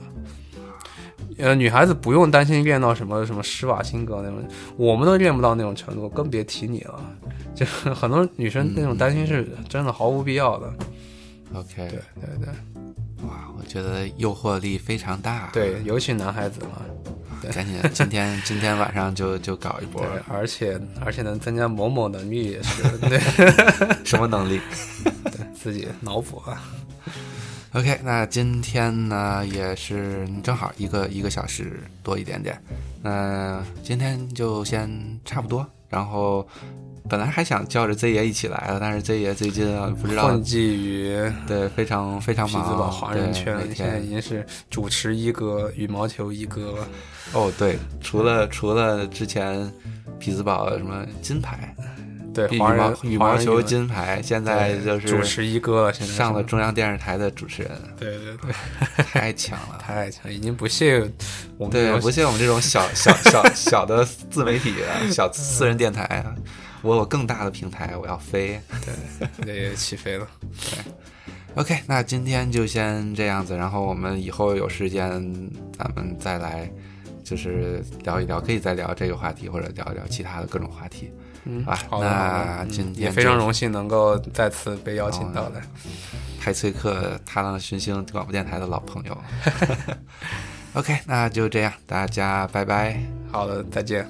Speaker 2: 呃，女孩子不用担心练到什么什么施瓦辛格那种，我们都练不到那种程度，更别提你了。就是 <laughs> 很多女生那种担心是真的毫无必要的。对
Speaker 1: OK，
Speaker 2: 对对
Speaker 1: 哇，我觉得诱惑力非常大。，啊
Speaker 2: 对，尤其男孩子嘛，
Speaker 1: 赶紧 <laughs> 今天今天晚上就就搞一波
Speaker 2: 对，而且而且能增加某某能力也是 <laughs> 对
Speaker 1: 什么能力
Speaker 2: 自己脑补啊。
Speaker 1: ？OK，那今天呢也是正好一个一个小时多一点点，那今天就先差不多，然后。本来还想叫着 Z 爷一起来的，但是 Z 爷最近啊不知道
Speaker 2: 混迹于
Speaker 1: 对非常非常
Speaker 2: 匹兹堡
Speaker 1: 忙，
Speaker 2: 华
Speaker 1: 对
Speaker 2: 人圈
Speaker 1: 每，
Speaker 2: 现在
Speaker 1: 天
Speaker 2: 已经是主持一哥、羽毛球一哥了。
Speaker 1: 哦对，除了除了之前匹兹堡什么金牌，
Speaker 2: 对，
Speaker 1: 羽
Speaker 2: 华
Speaker 1: 毛
Speaker 2: 人
Speaker 1: 羽
Speaker 2: 华
Speaker 1: 毛
Speaker 2: 人
Speaker 1: 球
Speaker 2: 有
Speaker 1: 金牌，现
Speaker 2: 对
Speaker 1: 在就
Speaker 2: 主
Speaker 1: 是
Speaker 2: 持一哥了，现在
Speaker 1: 上
Speaker 2: 是
Speaker 1: 了中央电视台的主持人，
Speaker 2: <laughs> 对对对，
Speaker 1: 太强了。
Speaker 2: 太强，已经不屑我们这
Speaker 1: 对，
Speaker 2: 种
Speaker 1: 不像我们这种小小小小的自媒体啊，小私人电台啊，我有更大的平台，我要飞。
Speaker 2: 对也起飞了。
Speaker 1: OK，那今天就先这样子，然后我们以后有时间咱们再来，就是聊一聊，可以再聊这个话题，或者聊一聊其他的各种话题，
Speaker 2: 嗯
Speaker 1: 好吧？
Speaker 2: 好的，好的
Speaker 1: 那
Speaker 2: 嗯
Speaker 1: 今天
Speaker 2: 也非常荣幸能够再次被邀请到来。
Speaker 1: 派崔克踏浪寻星广播电台的老朋友。OK，那就这样，大家拜拜。啊
Speaker 2: 好的，再见。